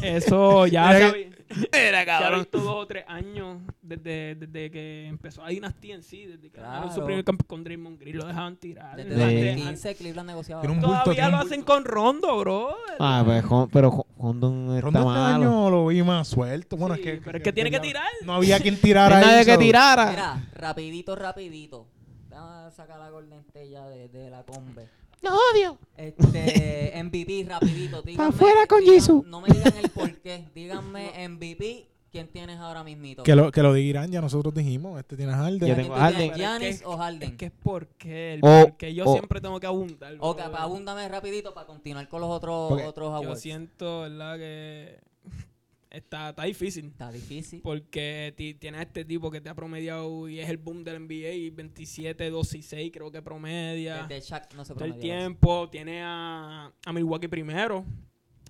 S4: eso ya se ha vi-
S5: Era
S4: se ha
S5: cabrón.
S4: visto dos o tres años desde, desde que empezó la dinastía en sí, desde que ganaron su
S2: Claro.
S4: primer campeón con Draymond Green, lo dejaban tirar.
S2: Desde
S3: Sí.
S4: Antes-
S2: 2015 Cleveland negociaba.
S1: Tiene un bulto,
S4: Todavía
S1: tiene
S4: lo
S1: un
S4: hacen con Rondo, bro.
S3: Ah, pues, Hon- pero Hon- Hondon está
S1: Rondo este
S3: malo.
S1: año lo vi más suelto. Bueno,
S4: Sí,
S1: es que.
S4: pero es que tiene que
S1: ya
S4: tirar.
S1: No había quien tirar
S3: No hay
S1: ahí.
S3: nadie que
S1: so-
S3: tirara.
S2: Mira, rapidito, rapidito. Vamos a sacar la Golden State ya de, de la combe.
S3: Lo odio.
S2: Este, MVP, rapidito. díganme-
S3: afuera con
S2: digan-
S3: Jisoo.
S2: No me digan el por qué. Díganme MVP, ¿quién tienes ahora mismito?
S1: Que lo, que lo dirán, ya nosotros dijimos. Este tiene a Harden.
S3: Yo
S2: ¿Quién
S3: tengo
S2: tú
S3: Harden.
S2: tienes,
S4: Pero es
S2: Giannis
S4: que-
S2: o Harden?
S4: Es que es porque, el-
S3: O-
S4: porque yo
S3: o-
S4: siempre tengo que abundar.
S2: Ok,
S4: bro.
S2: pa- abúndame rapidito para continuar con los otros,
S1: Porque
S2: otros
S4: Yo
S2: awards.
S4: siento, ¿verdad? Que está, está difícil.
S2: Está difícil.
S4: pues Porque ti- tienes a este tipo que te ha promediado y es el boom del NBA y 27, 2 y 6 creo que promedia.
S2: Desde Shaq no se
S4: Todo el
S2: promediaba eso.
S4: tiempo. Tiene a, a Milwaukee primero.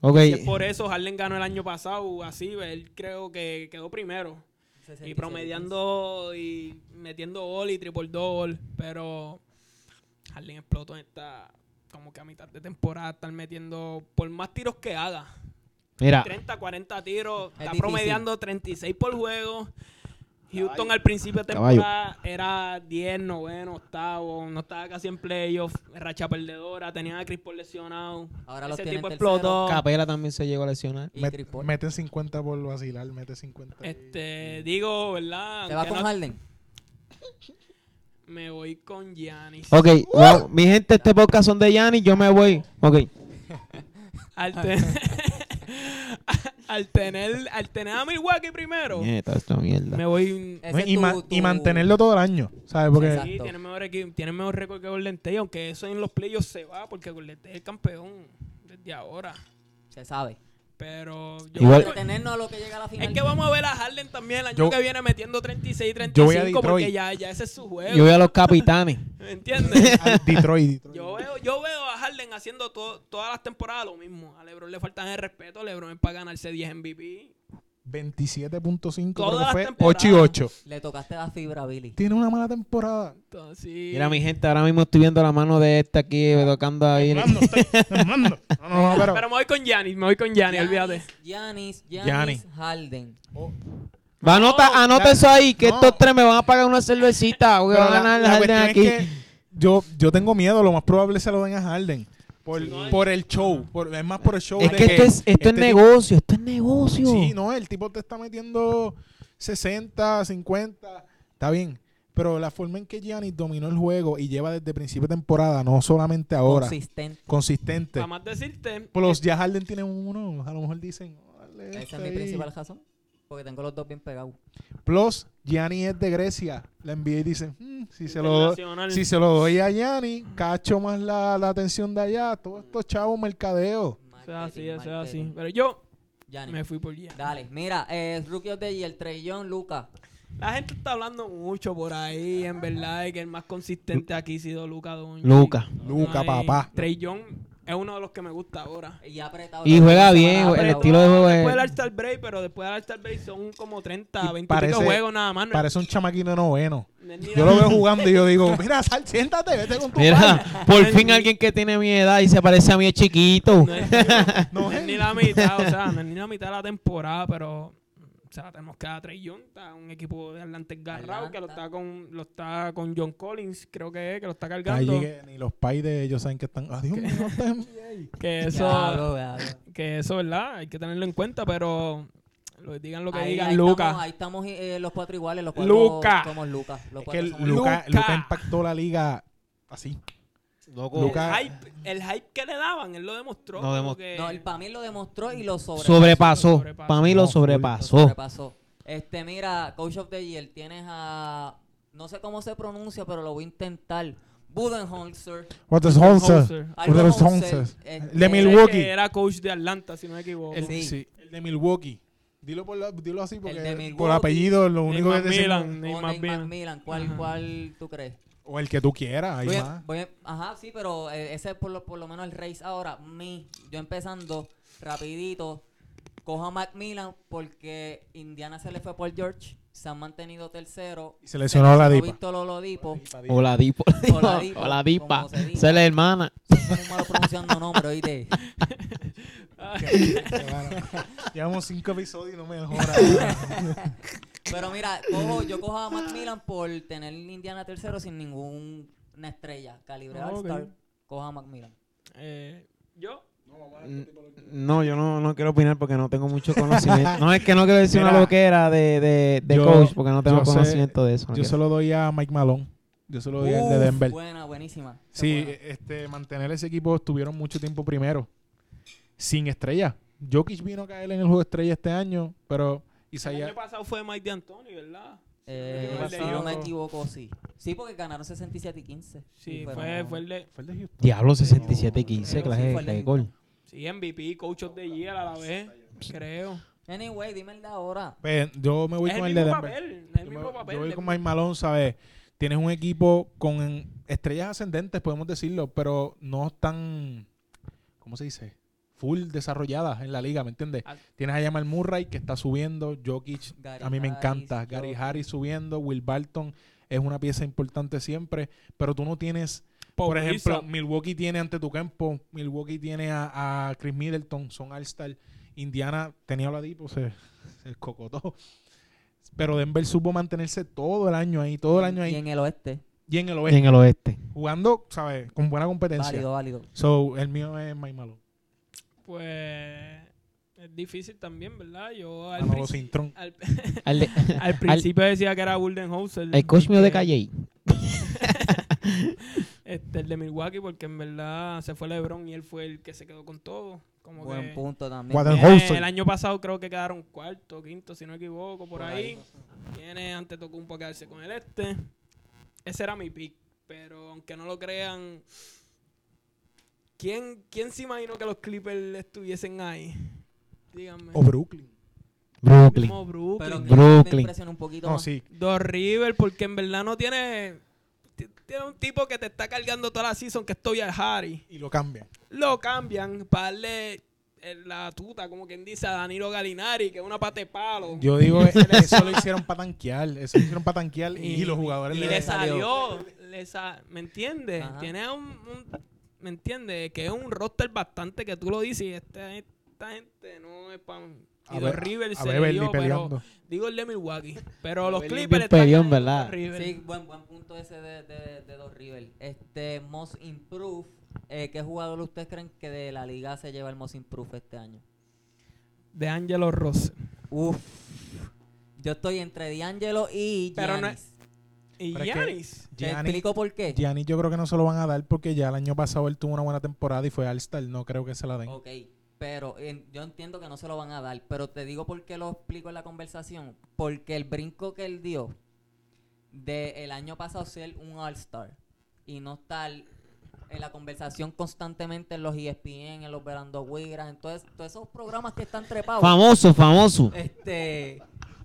S3: Ok.
S4: Y es por eso Harden ganó el año pasado. Así, él creo que quedó primero.
S2: 66.
S4: Y promediando y metiendo gol y triple double. Pero Harden explotó en esta... Como que a mitad de temporada estar metiendo por más tiros que haga.
S3: Mira,
S4: 30, 40 tiros. está
S2: difícil.
S4: promediando 36 por juego. Houston al principio de temporada era 10, noveno, octavo. No estaba casi en playoff. Racha perdedora. Tenían a Chris Paul lesionado.
S2: Ahora los
S4: Ese
S2: tienen
S4: tipo
S2: tercero.
S4: explotó.
S3: Capela también se llegó a lesionar.
S2: Y
S1: Met-
S2: Chris Paul.
S1: mete 50 por vacilar, mete 50. y-
S4: Este, digo, ¿verdad?
S2: ¿Te vas
S4: Aunque
S2: con
S4: no-
S2: Harden?
S4: me voy con Giannis.
S3: Ok, wow, mi gente, este podcast son de Yanni, yo me voy. Ok.
S4: Al, te- al tener, al tener a Milwaukee primero,
S3: Nieta, esta mierda.
S4: me voy...
S2: Ese es
S1: y,
S2: tu-
S1: ma- y
S2: tu-
S1: mantenerlo todo el año, ¿sabes? Porque
S2: Exacto.
S4: Sí, tiene mejor, equipo, tiene mejor récord que Golden State, aunque eso en los playoffs se va, porque Golden State es el campeón desde ahora.
S2: Se sabe.
S4: Pero yo
S3: Igual-
S4: creo que-
S2: Entretenernos a lo que llega a la final.
S4: Pues- es que vamos a ver a Harden también el año
S1: Yo-
S4: que viene metiendo 36,
S1: Yo voy a
S4: 35, porque
S1: Detroit.
S4: ya, ya ese es su juego.
S3: Yo voy a los capitanes.
S4: ¿Me entiendes?
S1: al Detroit. Detroit.
S4: Yo veo, yo veo a Harden haciendo to- todas las temporadas lo mismo. A LeBron le faltan el respeto. LeBron es para ganarse 10 MVP.
S1: 27.5, creo
S4: Todas
S1: que
S4: las
S1: fue
S4: temporadas.
S1: 8 y 8.
S2: Le tocaste la fibra, Billy.
S1: Tiene una mala temporada.
S4: Entonces,
S3: Mira, mi gente, ahora mismo estoy viendo la mano de esta aquí eh, tocando ahí.
S1: Temblando, estoy temblando. No, no, no, pero.
S4: Pero me voy con Giannis, me voy con Giannis, olvídate.
S2: Giannis, Giannis,
S1: Giannis.
S2: Harden.
S1: Oh,
S3: Va, anota, anota
S1: la-
S3: eso ahí, que
S1: no.
S3: estos tres me van a pagar una cervecita. Voy
S1: pero
S3: a
S1: la-
S3: ganar el
S1: la
S3: Harden
S1: cuestión es
S3: aquí.
S1: que yo, yo tengo miedo, lo más probable se lo den a Harden. Por, por el show. por- es más por el show.
S3: Es
S1: de
S3: que esto es, esto es
S1: este tipo-
S3: negocio, esto es negocio.
S1: Sí, no, el tipo te está metiendo 60, 50, está bien. Pero la forma en que Giannis dominó el juego y lleva desde principio de temporada, no solamente ahora,
S2: Consistente.
S1: consistente.
S4: Para más decirte,
S1: Por los ya Harden tiene uno, a lo mejor dicen. "Oh, dale este
S2: Esa es mi
S1: ahí".
S2: principal razón. Porque tengo los dos bien pegados.
S1: Plus, Giannis es de Grecia. La NBA dice, "Mm, si, se lo,
S4: internacional.
S1: si se lo doy a Giannis, cacho más la, la atención de allá. Todos estos chavos mercadeo.
S4: Eso es así,
S2: Marketing,
S4: eso es así.
S2: marketing.
S4: Pero yo
S2: Giannis.
S4: me fui por Giannis.
S2: Dale, mira, eh, Rookie of the Year, Trey Young, Luca.
S4: La gente está hablando mucho por ahí, en verdad, de que el más consistente aquí ha sido Luca Doncic.
S3: Luka.
S1: Luka,
S4: Ay,
S1: papá.
S4: Trey Young es uno de los que me gusta ahora.
S2: Y, ha apretado
S3: Y
S2: la
S3: juega
S2: semana
S3: bien,
S2: pasada,
S3: el
S2: pero-
S3: estilo de juego
S4: Después del
S3: es.
S4: All-Star Break, pero después del All-Star Break son como 30,
S1: Y
S4: 20 y pico
S1: parece-
S4: juegos nada más. No es-
S1: Parece un chamaquino noveno.
S4: no es ni
S1: Yo lo veo jugando y yo digo, mira, sal, siéntate, vete con tu
S3: Mira, por fin alguien que tiene mi edad y se parece a mí es chiquito.
S4: No es,
S1: No eh.
S4: no es
S1: es.
S4: ni la mitad, o sea, no es ni la mitad de la temporada, pero o sea, tenemos que a Trey Young, está un equipo de Atlanta agarrado que lo
S2: Atlanta.
S4: está con lo está con John Collins, creo que es, que lo está cargando.
S1: Allí que ni los pais de ellos saben que están. Adiós, mío, está en NBA.
S4: Que eso,
S2: Diablo, diablo.
S4: que eso, ¿verdad? Hay que tenerlo en cuenta, pero lo, digan lo que
S2: Ahí-
S4: digan,
S2: ahí
S4: Lucas.
S2: Estamos, ahí estamos eh, los cuatro iguales. Los cuatro
S4: Luca.
S2: somos Lucas. Los
S1: Es que
S2: cuatro
S1: el-
S2: somos
S1: Luca,
S2: Lucas.
S4: Luca.
S1: Luca impactó la liga así.
S5: Loco,
S1: Lucas.
S4: El, hype, el hype que le daban, él lo demostró.
S3: No
S4: como
S3: demo-
S4: que-
S2: No, el para mí lo demostró y lo sobrepasó.
S3: Sobrepasó.
S4: sobrepasó.
S3: Para mí
S1: No,
S3: lo
S1: full.
S2: Lo
S3: sobrepasó.
S2: sobrepasó. Este, mira, Coach of the Year, tienes a. No sé cómo se pronuncia, pero lo voy a intentar. Budenholzer.
S1: What is
S4: Holzer.
S2: Algo
S1: What is
S2: Holzer,
S1: Holzer?
S2: este,
S1: De
S4: Sé que
S1: Milwaukee.
S4: Era coach de Atlanta, si no me equivoco.
S1: El,
S2: Sí.
S1: sí, el de Milwaukee. Dilo, por la- dilo así
S2: de
S1: porque por
S2: Milwaukee.
S1: apellido lo único que
S4: Neymar
S1: te
S4: Milan,
S2: O
S4: Neymar
S2: Nate
S4: Milan.
S2: McMillan. ¿Cuál,
S4: Ajá.
S2: ¿Cuál tú crees?
S1: O el que tú quieras, hay
S2: Voy a-
S1: más.
S2: voy a- ajá, sí, pero eh, ese es por lo, por lo menos el race ahora. Mi, yo empezando rapidito, cojo a Macmillan porque Indiana se le fue por George, se han mantenido tercero.
S1: Y se lesionó la dipa.
S2: Víctor Oladipo.
S3: Hola, Dipo.
S2: Oladipo,
S3: Hola, Dipa.
S2: como se diga.
S3: Esa es la hermana.
S2: Soy muy malo pronunciando nombres, oíste.
S1: Llevamos cinco episodios y no mejora.
S2: Pero mira, cojo, yo cojo a Macmillan por tener Indiana tercero sin ninguna estrella, calibre
S4: Ah, ok.
S2: All-Star. Cojo a Macmillan.
S4: Eh, yo,
S3: No, yo no, no quiero opinar porque no tengo mucho conocimiento. No es que no quiero decir
S1: Mira,
S3: una loquera de, de, de
S1: yo-
S3: coach porque no tengo
S1: yo sé-
S3: conocimiento de eso. no
S1: Yo
S3: quiero.
S1: se lo doy a Mike Malone. Yo se lo doy al de
S2: Uf,
S1: Denver.
S2: Buena, buenísima. Esa
S1: Sí,
S2: es buena.
S1: este, mantener ese equipo estuvieron mucho tiempo primero. Sin estrella. Jokic vino a caer en el juego de estrella este año, pero
S4: el
S1: Isaiah.
S4: año pasado fue Mike D'Antoni, ¿verdad?
S2: Eh,
S4: Fue el de
S2: si no me
S4: Yoko.
S2: equivoco, sí. Sí, porque ganaron 67 y 15.
S4: Sí,
S2: Y
S4: fue,
S2: fueron-
S4: fue el de...
S1: ¿Fue el de Houston?
S3: Diablo, 67 y 15,
S4: Sí,
S3: clase
S2: fue
S3: clase de
S2: lento.
S3: gol.
S4: Sí, MVP, coach of the year a la vez, creo.
S2: Anyway, dime el de ahora.
S1: Pues, yo me voy
S4: es
S1: con
S4: el
S1: el de
S4: mismo
S1: Denver.
S4: papel, es el
S1: Yo, me-
S4: mismo
S1: yo
S4: papel.
S1: voy
S4: el
S1: con
S4: mismo-
S1: Mike Malone, ¿sabes? Tienes un equipo con estrellas ascendentes, podemos decirlo, pero no están, ¿cómo se dice? Full desarrolladas en la liga, ¿me entiendes?
S4: Ah.
S1: Tienes a Jamal Murray que está subiendo, Jokic,
S2: Gary
S1: a mí me
S2: Harris,
S1: encanta, Gary
S2: Jokic.
S1: Harris subiendo, Will Barton es una pieza importante siempre, pero tú no tienes, por
S4: Paul
S1: ejemplo,
S4: Millsap.
S1: Milwaukee tiene ante tu campo, Milwaukee tiene a, a Chris Middleton, son All-Star, Indiana tenía a Oladipo, se, se cocotó. Pero Denver supo mantenerse todo el año ahí, todo el año
S2: Y
S1: ahí.
S2: en el oeste.
S1: Y en el
S3: Y
S1: oeste.
S3: en el oeste.
S1: Jugando, ¿sabes? Con buena competencia.
S2: Válido, válido.
S1: So, el mío es Mike Malone.
S4: Pues es difícil también, ¿verdad? Yo al,
S1: Manolo
S4: princi-
S1: Cintrón.
S4: al,
S3: Al de-
S4: al principio decía que era Buldenhauser.
S3: el coach mío de
S4: porque-
S3: Calle.
S4: Este, el de Milwaukee, porque en verdad se fue LeBron y él fue el que se quedó con todo. Como
S2: Buen
S4: que-
S2: punto también.
S1: Guadal-
S4: Tiene-
S1: Housen.
S4: el año pasado creo que quedaron cuarto, quinto, si no me equivoco, por,
S2: Por
S4: ahí.
S2: ahí.
S4: Tiene ante Tocumpo a quedarse con el este. Ese era mi pick, pero aunque no lo crean, ¿quién, quién se imaginó que los Clippers estuviesen ahí? Díganme.
S1: O Oh, Brooklyn.
S3: Brooklyn.
S4: Mismo
S2: Pero
S4: Brooklyn.
S2: que
S3: Brooklyn.
S2: me impresiona un poquito
S1: No,
S2: más.
S1: sí.
S4: Dos River, porque en verdad no tiene... ti- Tiene un tipo que te está cargando toda la season, que estoy al Harry.
S1: Y lo cambian.
S4: lo cambian para darle eh, la tuta, como quien dice, a Danilo Galinari, que es una pate palo.
S1: Yo digo, eh, eso lo hicieron para tanquear. Eso lo hicieron para tanquear. Y,
S4: Y-
S1: los jugadores
S4: y
S1: le-
S4: le salió, le sa- ¿me entiendes?
S2: Ajá.
S4: Tiene un, un- ¿me entiendes? Que es un roster bastante que tú lo dices y esta, esta gente no es para...
S1: A
S4: Y
S1: ver-
S4: los River
S1: a
S4: se le
S1: Beverly
S4: dio,
S1: peleando.
S4: pero digo el de Milwaukee. Pero los
S3: Beverly
S4: Clippers
S3: bien
S4: están
S3: peleón,
S4: ganando
S3: ¿verdad?
S4: a River.
S2: Sí, buen, buen punto ese de, de, de Dos River. Este, Most Improved. eh, ¿Qué jugador ustedes creen que de la liga se lleva el Most Improved este año?
S4: De Angelo Ross.
S2: Uf. Yo estoy entre D'Angelo y
S4: Pero no
S2: Giannis.
S4: Y
S1: Pero es que-
S4: Giannis.
S2: ¿Te
S1: Gianni,
S2: explico por qué?
S1: Gianni yo creo que no se lo van a dar porque ya el año pasado él tuvo una buena temporada y fue All-Star. No creo que se la den.
S2: Ok, pero en- yo entiendo que no se lo van a dar, pero te digo por qué lo explico en la conversación. Porque el brinco que él dio de el año pasado ser un All-Star y no estar en la conversación constantemente en los E ESPN, en los Verando Guiras, en todos todos esos programas que están trepados.
S3: Famoso, famoso.
S2: Este,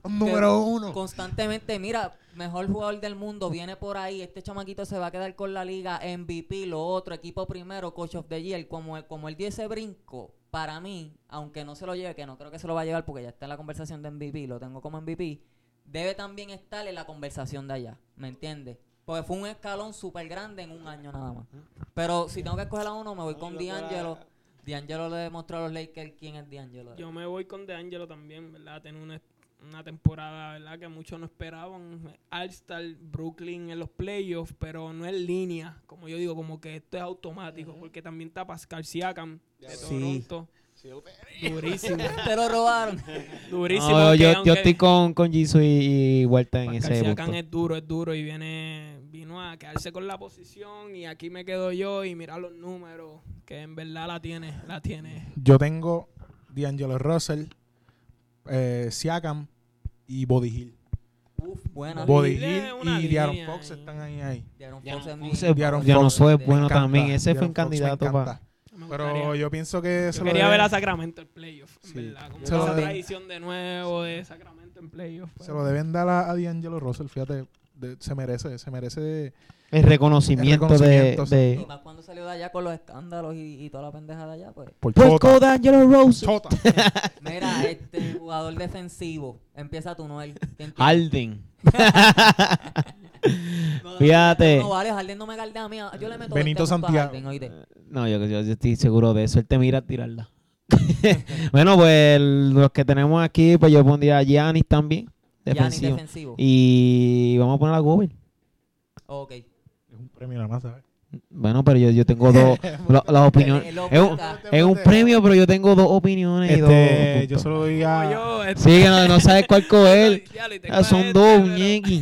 S1: Número uno.
S2: constantemente, mira, mejor jugador del mundo viene por ahí, este chamaquito se va a quedar con la liga, MVP, lo otro, equipo primero, coach of the year, como, como él dio ese brinco, para mí, aunque no se lo lleve, que no creo que se lo va a llevar porque ya está en la conversación de MVP, lo tengo como MVP, debe también estar en la conversación de allá, ¿me entiendes? Porque fue un escalón súper grande en un año nada más. Pero si tengo que escoger a uno, me voy con D'Angelo. D'Angelo le demostró a los Lakers quién es D'Angelo.
S4: Yo me voy con De Angelo también, ¿verdad? Tiene una, una temporada, ¿verdad? Que muchos no esperaban. All-Star, Brooklyn en los playoffs, pero no en línea. Como yo digo, como que esto es automático, porque también está Pascal Siakam de
S5: Ya lo-
S4: Toronto.
S5: Sí, yo te-
S4: Durísimo,
S2: Te lo robaron.
S4: durísimo.
S3: No,
S4: que
S3: yo, yo
S4: aunque
S3: estoy con, con Jisoo y, y Huerta en
S4: Pascal
S3: ese
S4: Siakam
S3: punto.
S4: es duro, es duro y viene vino a quedarse con la posición y aquí me quedo yo y mira los números, que en verdad la tiene, la tiene.
S1: Yo tengo D'Angelo Russell, eh, Siakam y Body Hill.
S2: Uf, buena.
S4: Bo-
S1: Body
S4: Hill es
S1: Hill
S4: una
S1: y De'Aaron
S4: línea
S1: Fox
S4: ahí.
S1: están ahí. ahí.
S2: De'Aaron
S5: Ya
S2: Fox
S5: no
S2: es mi-
S3: puse-
S1: De'Aaron
S3: Yo no
S1: Fox.
S3: soy
S2: Me
S3: bueno
S1: encanta,
S3: también. Ese
S1: De'Aaron
S3: fue un
S1: Fox me
S3: candidato para.
S1: encanta.
S4: Me gustaría.
S1: Pero yo pienso que se
S4: Yo
S1: lo
S4: quería ver
S1: deben-
S4: a Sacramento en playoff, en
S1: Sí.
S4: verdad. Como
S1: Se lo
S4: esa
S1: de-
S4: tradición de nuevo de Sacramento en playoff. pues.
S1: Se lo deben dar a, a D'Angelo Russell, fíjate, de- se merece, se merece.
S3: El reconocimiento,
S1: El reconocimiento,
S3: de.
S2: Y
S3: de...
S2: más cuando salió de allá con los escándalos y, y toda la pendeja de allá, pues.
S1: Por
S3: Puerco de Angelo Rose.
S1: Chota.
S2: Mira, este jugador defensivo. Empieza tú, Noel. ¿Quién tú?
S3: Harden.
S2: No,
S3: Fíjate.
S2: No, vale, Harden no me guarda a mí. Yo le
S1: Benito
S2: meto 20 puntos a
S1: Santiago.
S2: Harden, oíste.
S3: No, yo, yo- yo estoy seguro de eso. Él te mira a tirarla. bueno, pues el- los que tenemos aquí, pues yo pondría a Giannis también.
S2: Giannis
S3: Defensivo.
S2: defensivo.
S3: Y vamos a poner a Gobert.
S2: Ok.
S1: Es un premio nada más, ¿sabes?
S3: Bueno, pero yo, yo tengo dos. la- las opiniones.
S2: Él lo
S3: Es un,
S2: busca.
S3: es un premio, pero yo tengo dos opiniones y dos.
S1: Este, yo
S3: gustos.
S1: se lo doy
S4: Como
S1: a.
S4: yo, este-
S3: Ah. Sí, que no, no sabes cuál coger.
S4: Ya, le tengo
S3: Ah,
S4: a
S3: Son
S4: este,
S3: dos,
S4: pero-
S3: muñequi.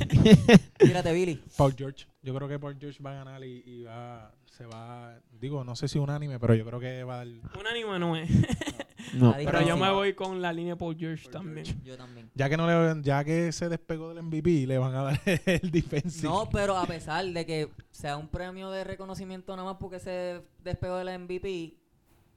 S2: Mírate, Billy.
S1: Paul George. Yo creo que Paul George va a ganar y, y va. Se va. Digo, no sé si unánime, pero yo creo que va a dar.
S4: Un anime no es.
S3: No.
S2: Ahí
S4: Pero
S2: está,
S4: yo
S2: sí.
S4: me voy con la línea Paul George también.
S2: Yo también.
S1: Ya que, no le, ya que se despegó del MVP, le van a dar el defensive.
S2: No, pero a pesar de que sea un premio de reconocimiento nada más porque se despegó del MVP,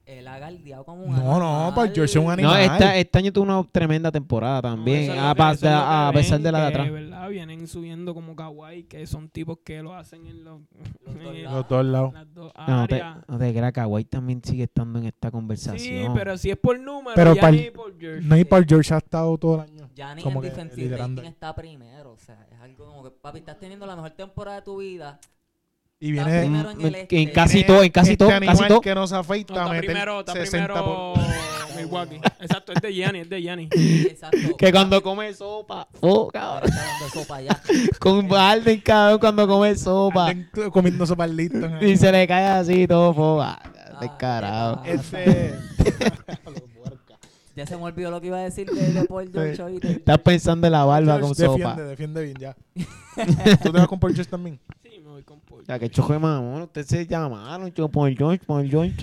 S2: él ha galdeado como
S1: No,
S2: un
S1: no, pues
S2: animal.
S1: Paul George es un
S3: No,
S1: animal.
S3: esta, este año tuvo una tremenda temporada también.
S4: No, eso es
S3: a,
S4: lo que-
S3: pas-
S4: eso es lo que
S3: a
S4: ven,
S3: pesar de la de
S4: que,
S3: atrás.
S4: verdad, vienen subiendo como kawaii, que son tipos que lo hacen en los,
S2: Los dos
S4: en
S2: lados.
S1: Los dos lados.
S4: las dos
S3: No, te,
S4: áreas.
S3: no te creas, Kawhi también sigue estando en esta
S4: sí,
S3: conversación.
S4: pero si es por número,
S1: Pero
S4: ya
S1: pal-
S4: ni Paul George.
S1: No, y Paul George ha estado todo el año.
S2: Giannis
S1: como
S2: en
S1: que
S2: defensive
S1: liderando.
S2: rating está primero. O sea, es algo como que, papi, estás teniendo la mejor temporada de tu vida.
S1: Y
S2: Está
S1: viene.
S2: primero en el
S3: Mm, en
S2: este.
S3: casi
S1: viene
S3: todo, en casi
S1: Eh, este
S3: todo,
S1: animal
S3: casi todo.
S1: que nos afeita
S4: No, está
S1: meter
S4: primero, está
S1: 60
S4: primero
S1: por-
S4: Milwaukee. Exacto, es de Gianni, es de Gianni.
S2: Exacto.
S3: Que cuando come sopa. Oh, cabrón.
S2: Está dando sopa ya.
S3: Con Harden, cabrón, cuando come sopa.
S1: Anden comiendo sopa listo. en
S3: Y
S1: ahí.
S3: se le cae así todo, foba.
S2: Ah,
S3: Descarado.
S2: qué
S1: Este.
S2: Ya se me olvidó lo que iba a decir de, de Paul George ahorita.
S3: Estás pensando en la barba
S1: George,
S3: con
S1: defiende,
S3: sopa.
S1: defiende bien ya. ¿Tú te vas con Paul George también?
S4: Sí, me voy con Paul
S3: Ya que choque mamón, ustedes se llamaron, yo por George, por George.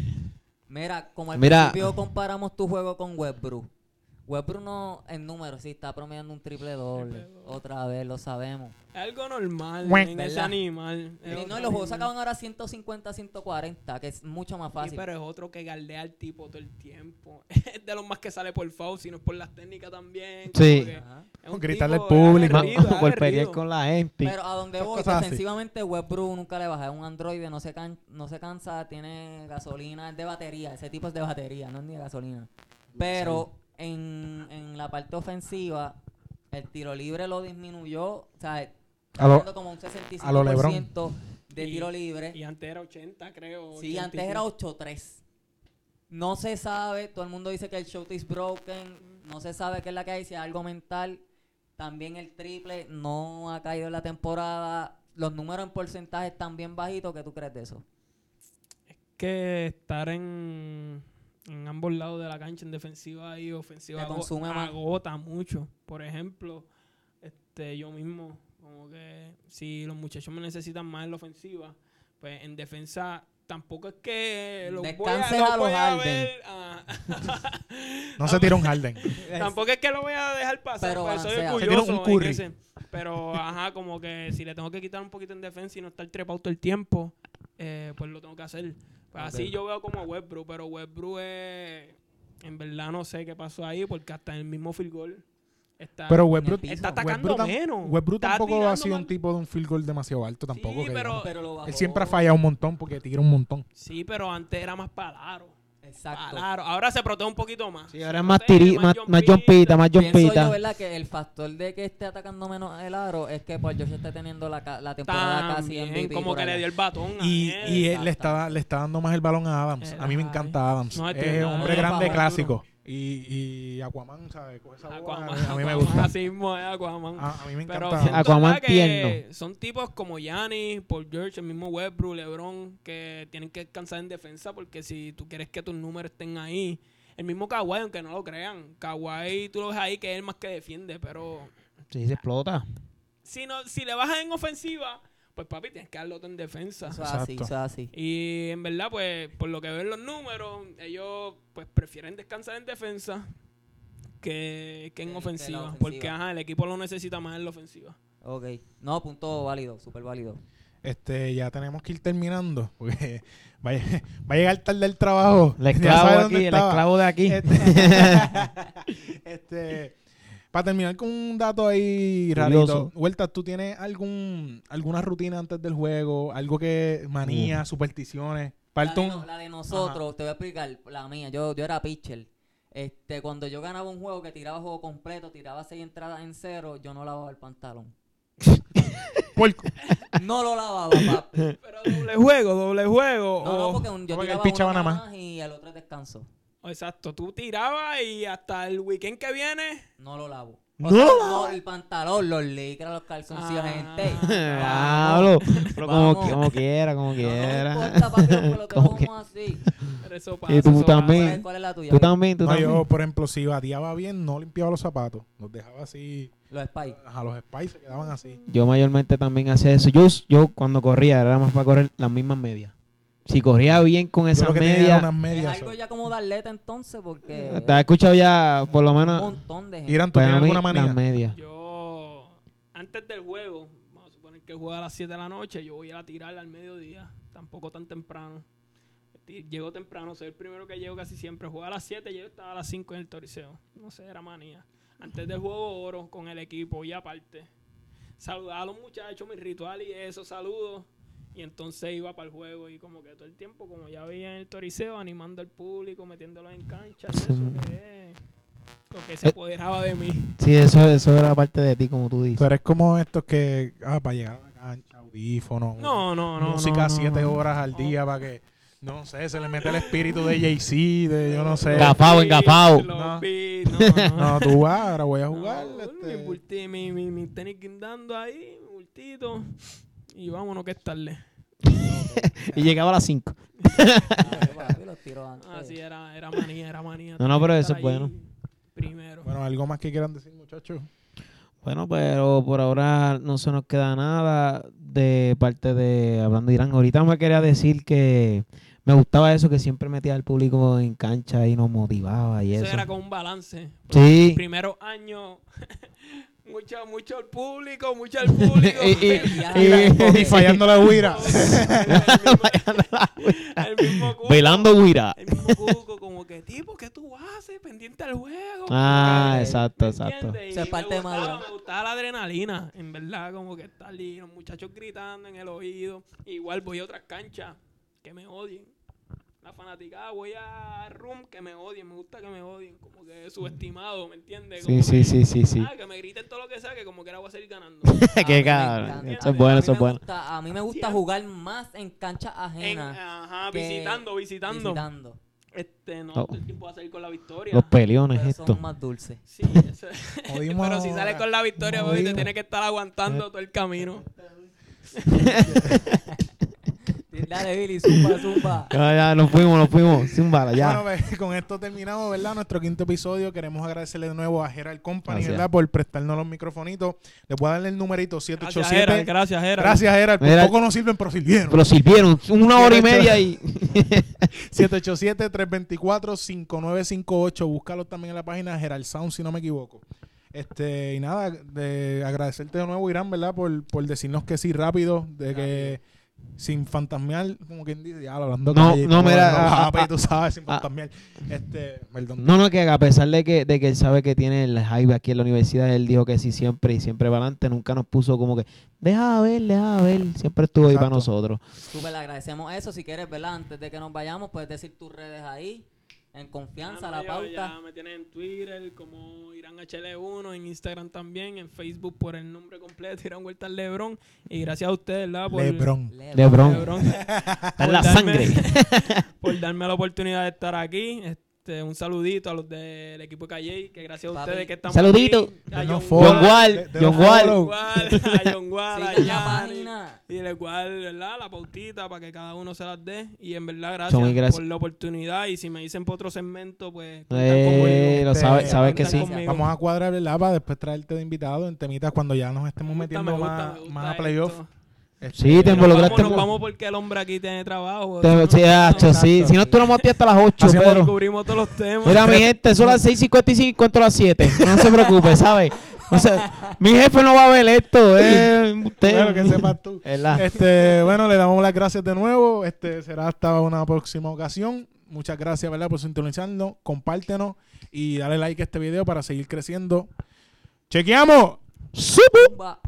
S2: Mira, como al
S3: Mira.
S2: principio comparamos tu juego con Westbrook. Westbrook no en númeero, sí, está promediando un triple doble. Otra vez, lo sabemos.
S4: Es algo normal en ese
S2: ¿Verdad?
S4: animal. Es
S2: Y
S4: otro
S2: no, y los juegos
S4: animal.
S2: se acaban ahora 150, 140, que es mucho más
S4: Sí,
S2: fácil.
S4: pero es otro que galdea al tipo todo el tiempo. es de los más que sale por foul, sino por las técnicas también. como
S3: Sí.
S4: que
S2: Ajá.
S4: es un
S1: Gritarle
S4: tipo
S1: al público.
S4: aguerrido, aguerrido.
S3: Golpearía con la gente.
S2: Pero a donde
S1: Son
S2: voy,
S1: cosas así.
S2: defensivamente Westbrook nunca le baja. Es un androide, no se, can, no se cansa, tiene gasolina, es de batería. Ese tipo es de batería, no es ni de gasolina. Pero en, en la parte ofensiva, el tiro libre lo disminuyó. O sea, está
S1: A lo-
S2: haciendo como un 65%
S1: a lo
S2: de
S4: Y-
S2: tiro libre.
S4: Y antes era 80, creo.
S2: Sí,
S4: 85.
S2: antes era 8-3. No se sabe, todo el mundo dice que el shot is broken, no se sabe qué es la que hay, si es algo mental. También el triple no ha caído en la temporada. Los números en porcentaje están bien bajitos, ¿qué tú crees de eso?
S4: que estar en, en ambos lados de la cancha, en defensiva y ofensiva,
S2: Te
S4: ago-
S2: consume más.
S4: agota mucho. Por ejemplo, este yo mismo, como que si los muchachos me necesitan más en la ofensiva, pues en defensa tampoco es que los voy a,
S2: Descanses
S4: los
S2: a los
S4: voy a
S2: Harden.
S4: ver, ah,
S1: No se tira un Harden.
S4: tampoco es que lo voy a dejar pasar,
S2: Pero
S4: pues, soy
S2: balancea.
S1: Se tiene
S4: orgulloso.
S1: un
S4: en
S1: Curry.
S4: ese. Pero, ajá, como que si le tengo que quitar un poquito en defensa y no estar trepado todo el tiempo, eh, pues lo tengo que hacer. Pues así
S2: Ok.
S4: yo veo como a Westbrook, pero Westbrook es... En verdad no sé qué pasó ahí, porque hasta en el mismo field goal está...
S1: Pero Westbrook,
S2: piso.
S4: está atacando
S1: Westbrook tam-
S4: menos.
S1: Westbrook
S4: Está
S1: tampoco ha
S4: tirando
S1: sido
S4: mal.
S1: un tipo de un field goal demasiado alto tampoco.
S4: Sí,
S1: que
S4: pero-
S1: digamos.
S2: Pero lo bajó.
S1: Él siempre ha fallado un montón porque tira un montón.
S4: Sí, pero antes era más palaro.
S2: Exacto.
S4: Palaro. Ahora se protege un poquito más.
S3: Sí, ahora es
S4: No
S3: más
S4: sé,
S3: tiri,
S4: más
S3: más,
S4: John
S3: más
S4: Pita.
S3: Jompita, más
S2: Pienso yo,
S3: Jompita.
S2: ¿verdad? Que el factor de que esté atacando menos el aro es que Paul George esté teniendo la, ca- la temporada
S4: También,
S2: casi MVP.
S4: como
S2: por
S4: que le
S2: allá.
S4: dio el batón a
S1: Y,
S4: él.
S1: y él le está, le está dando más el balón a Adams.
S4: Eh,
S1: A mí me
S4: ajá.
S1: encanta Adams.
S4: No,
S1: es
S4: este-
S1: un hombre
S2: no,
S1: grande
S2: no,
S1: clásico. Y, y Aquaman, ¿sabes? Coge esa boba,
S4: Aquaman,
S1: a mí me
S4: Aquaman,
S1: gusta.
S4: Así mismo es Aquaman.
S1: A, a mí me
S4: Pero
S1: encanta.
S4: siento,
S3: Aquaman
S4: ¿verdad?
S3: tierno.
S4: Son tipos como Giannis, Paul George, el mismo Westbrook, LeBron, que tienen que descansar en defensa porque si tú quieres que tus números estén ahí, el mismo Kawhi, aunque no lo crean, Kawhi tú lo ves ahí que es el más que defiende, pero
S3: Sí, se explota.
S4: si no si le bajas en ofensiva, pues papi, tienes que darlo todo en defensa.
S2: Eso es así,
S1: Exacto.
S2: eso es así.
S4: Y en verdad, pues, por lo que ven los números, ellos pues prefieren descansar en defensa que, que en
S2: Que- que la
S4: ofensiva,
S2: ofensiva.
S4: Porque ajá, el equipo lo necesita más en la ofensiva.
S2: Ok. No, punto válido, súper válido.
S1: Este, ya tenemos que ir terminando. Porque va a, lle- va a llegar tarde el trabajo.
S3: El
S1: Ya sabe
S3: esclavo de
S1: dónde
S3: aquí, el
S1: estaba.
S3: esclavo de aquí.
S1: Este, este, para terminar con un dato ahí rarito.
S3: Curioso.
S1: Huerta, ¿tú tienes algún alguna rutina antes del juego? ¿Algo que manía, supersticiones?
S2: La
S1: Parte
S2: de,
S1: un-
S2: no- la de nosotros, te voy a explicar, la mía, yo, yo era pitcher. Este, cuando yo ganaba un juego que tiraba juego completo, tiraba seis entradas en cero, yo no lavaba el pantalón.
S1: Puerco.
S2: No lo lavaba, papi.
S4: Pero doble juego, doble juego.
S3: Oh,
S2: No, no,
S4: o-
S2: porque un- yo
S1: Porque él
S2: tiraba
S1: pichaba
S2: uno
S1: nada
S2: nada más y el otro es descanso.
S4: o Exacto, tú tirabas y hasta el weekend que viene.
S2: No lo lavo.
S3: No
S2: sea,
S3: lo lavo.
S2: el pantalón, los licras, los calzoncillos,
S4: Ah.
S2: gente.
S3: Diablo. Pero como,
S2: Vamos.
S3: como quiera, como
S2: No,
S3: quiera.
S2: No, me importa, papi, pero lo
S3: Como que-
S2: como así.
S4: pero Eso pasa,
S3: Y tú
S4: eso pasa.
S2: ¿Cuál
S3: también.
S2: es, cuál es la tuya?
S3: Tú también, tú
S1: No,
S3: también.
S1: yo, oh, por ejemplo, si bateaba bien, no limpiaba los zapatos. Los dejaba así.
S2: Los spikes.
S1: A los spies se quedaban así.
S3: Yo mayormente también hacía eso. Yo, yo cuando corría era más para correr las mismas medias. Si corría bien con
S1: Yo
S3: esas
S1: lo que tenía era
S3: medias,
S1: unas
S2: Es
S1: medias.
S2: algo
S1: ¿sabes?
S2: ya como de atleta entonces, porque
S3: te has escuchado ya por lo
S2: un
S3: menos
S2: montón de gente.
S1: Irán, ¿tú
S3: para
S1: tienes
S3: mí
S1: alguna
S3: las
S1: manía?
S3: medias.
S4: Yo, antes del juego, vamos a suponer que juega a las 7 de la noche, yo voy a tirarla al mediodía, tampoco tan temprano. Ti- Llego temprano, soy el primero que llego casi siempre. Juega a las 7, yo estaba a las 5 en el Toriceo. No sé, era manía. Antes del juego oro con el equipo y aparte. Saludaba a los muchachos, mi ritual y eso, saludos. Y entonces iba para el juego y como que todo el tiempo, como ya veía en el Toriceo, animando al público, metiéndolo en cancha, y eso que, lo que se
S3: Eh.
S4: apoderaba de mí.
S3: Sí, eso, eso era parte de ti, como tú
S1: Tú
S3: dices.
S1: eres como estos que, ah, para llegar a la cancha, audífonos.
S4: No, no, no.
S1: música
S4: no, no,
S1: siete
S4: no.
S1: horas al
S4: No.
S1: día para que, no sé, se le mete el espíritu de Jay-Z, de yo no sé.
S3: Cap. Engafao, engafao.
S4: Los
S1: No.
S4: beats, No, no.
S1: No, tú vas, ahora voy a
S4: No,
S1: jugar.
S4: mi,
S1: este,
S4: bulti- mi, mi, mi tenis guindando ahí, mi bultito. Y vámonos que es tarde.
S3: Y llegaba a las 5.
S2: Claro, papi, los tiro antes.
S4: Ah, sí, era, era manía, era manía.
S3: No, no, pero
S4: Estar
S3: eso es
S4: ahí
S3: bueno.
S4: Primero.
S1: Bueno, algo más que quieran decir, muchachos.
S3: Bueno, pero por ahora no se nos queda nada de parte de hablando de Irán. Ahorita me quería decir que me gustaba eso que siempre metía al público en cancha y nos motivaba y
S4: eso.
S3: eso.
S4: era con un balance.
S3: Sí.
S4: Primeros años, mucho, mucho al público, mucho al público.
S3: Y- y-
S4: Ah,
S2: Ya,
S3: y-
S2: ya, ya.
S1: Y fallando la huira.
S4: el mismo cuco,
S3: Bailando Guira.
S4: El mismo cuco, como que tipo, ¿qué tú haces? Pendiente al juego.
S3: Ah,
S4: Como que-
S3: exacto,
S4: ¿Me
S3: exacto.
S4: entiendes?
S2: Eso es
S4: Y
S2: parte
S4: me gustaba,
S2: madura.
S4: me gustaba la adrenalina, en verdad, como que estar ahí, los muchachos gritando en el oído. Igual voy a otras canchas que me odien. La fanaticada, voy a room que me odien, me gusta que me odien, como que subestimado, ¿me entiendes?
S3: Sí, sí, sí, sí, sí.
S4: Ah, que me griten todo lo que sea, que como que ahora voy a seguir ganando.
S2: A mí
S3: Qué
S2: me
S3: cabrón.
S2: encanta.
S3: Eso es
S2: A
S3: bueno,
S2: mí
S3: eso es
S2: me
S3: bueno.
S2: gusta- a mí me gusta
S4: Sí.
S2: jugar más en cancha
S4: En- ah,
S2: ajena.
S4: ajá,
S2: que-
S4: visitando, visitando.
S2: visitando.
S4: Este, no,
S3: Oh.
S4: todo el tiempo va a salir con la victoria.
S3: Los peleones,
S2: Pero
S3: esto.
S2: son más dulces.
S4: Sí, eso es.
S1: Jodimos
S4: Pero si sales con la victoria,
S1: no
S4: papi, te
S1: digo.
S4: tienes que estar aguantando todo el camino.
S2: Dale, Billy, zumba, zumba.
S3: Ya, ya, nos fuimos, nos fuimos. Sin bala, ya.
S1: Bueno, pues, con esto terminamos, ¿verdad? Nuestro quinto episodio. Queremos agradecerle de nuevo a Gerald Company,
S3: Gracias.
S1: ¿verdad? Por prestarnos los microfonitos. Les voy a darle el numerito
S4: Gracias,
S1: 787.
S4: Gerald. Gracias, Gerald.
S1: Gracias, Gerald. Por
S3: Gerald.
S1: poco nos sirven, pero sirvieron.
S3: Pero sirvieron una hora y
S1: Quiero
S3: media y.
S1: 787-324-5958. Búscalo también en la página Gerald Sound, si no me equivoco. Este, y nada, de agradecerte de nuevo, Irán, ¿verdad? Por, por decirnos que sí rápido, de que sin fantasmear, como quien dice, ya hablando
S3: No,
S1: calle,
S3: no,
S1: tú,
S3: mira, ah,
S1: papi,
S3: ah,
S1: tú sabes, sin
S3: ah.
S1: fantasmear. Este, perdón.
S3: No, no, que a pesar de que, de que él sabe que tiene el hype aquí en la universidad, él dijo que sí siempre y siempre para adelante. Nunca nos puso como que, deja ver, deja ver. Siempre estuvo ahí para
S1: Exacto.
S3: nosotros.
S2: Súper le agradecemos eso. Si quieres, ¿verdad? Antes de que nos vayamos, puedes decir tus redes ahí. En confianza,
S4: Ah, no,
S2: la
S4: yo Ya
S2: pauta.
S4: me tienen en Twitter como Irán HL1, en Instagram también, en Facebook por el nombre completo, Irán Huerta Lebrón. Y gracias a ustedes, ¿verdad? Por,
S1: Lebron.
S2: Lebron.
S3: Lebron,
S4: Lebrón,
S3: está en la
S4: Por darme-
S3: sangre.
S4: por darme la oportunidad de estar aquí. Este, un saludito a los del equipo de Calle, que gracias a
S2: Papi.
S4: ustedes que estamos
S3: Saludito.
S4: aquí. A
S1: Denos
S4: John
S1: follow.
S3: John
S4: Wall,
S1: de-
S3: Wall,
S1: de
S3: John
S1: los
S3: Wall.
S1: follow.
S4: Wall, a John Wall, a
S2: Sigan la
S4: Yanni.
S2: página.
S4: Y el cual, ¿verdad? La pautita para que cada uno se las dé. Y en verdad,
S3: Son
S4: gracias,
S3: gracias.
S4: por la oportunidad. Y si me dicen por otro segmento, pues. cuentan conmigo.
S3: Eh, lo
S1: este,
S3: sabes sabe que
S4: cuentan
S3: sí.
S4: conmigo.
S1: Vamos a cuadrar, ¿verdad? Para después traerte de invitado en temitas cuando ya nos estemos
S4: Me gusta,
S1: metiendo
S4: me gusta,
S1: más,
S4: me gusta
S1: más a
S4: esto.
S1: playoff. Este,
S3: Sí, te
S4: Nos vamos,
S3: involucraste.
S4: nos vamos porque el hombre aquí tiene trabajo.
S3: Te-
S4: ¿no?
S3: sí, ah, hacho,
S1: Exacto.
S3: sí. Si no, tú lo motías hasta las 8,
S1: Hacemos
S3: Pedro.
S4: Cubrimos todos los temas.
S3: Mira, mi gente, son las 6.55 contra las 7. No se preocupe, ¿sabes? O sea, mi jefe no va a ver esto. Eh, usted.
S1: Bueno, que sepas tú.
S3: ¿Verdad?
S1: Este, bueno, le damos las gracias de nuevo. Este será hasta una próxima ocasión. Muchas gracias, ¿verdad? Por sintonizarnos. Compártenos y dale like a este video para seguir creciendo. ¡Chequeamos!
S3: Supu.
S2: Zumba.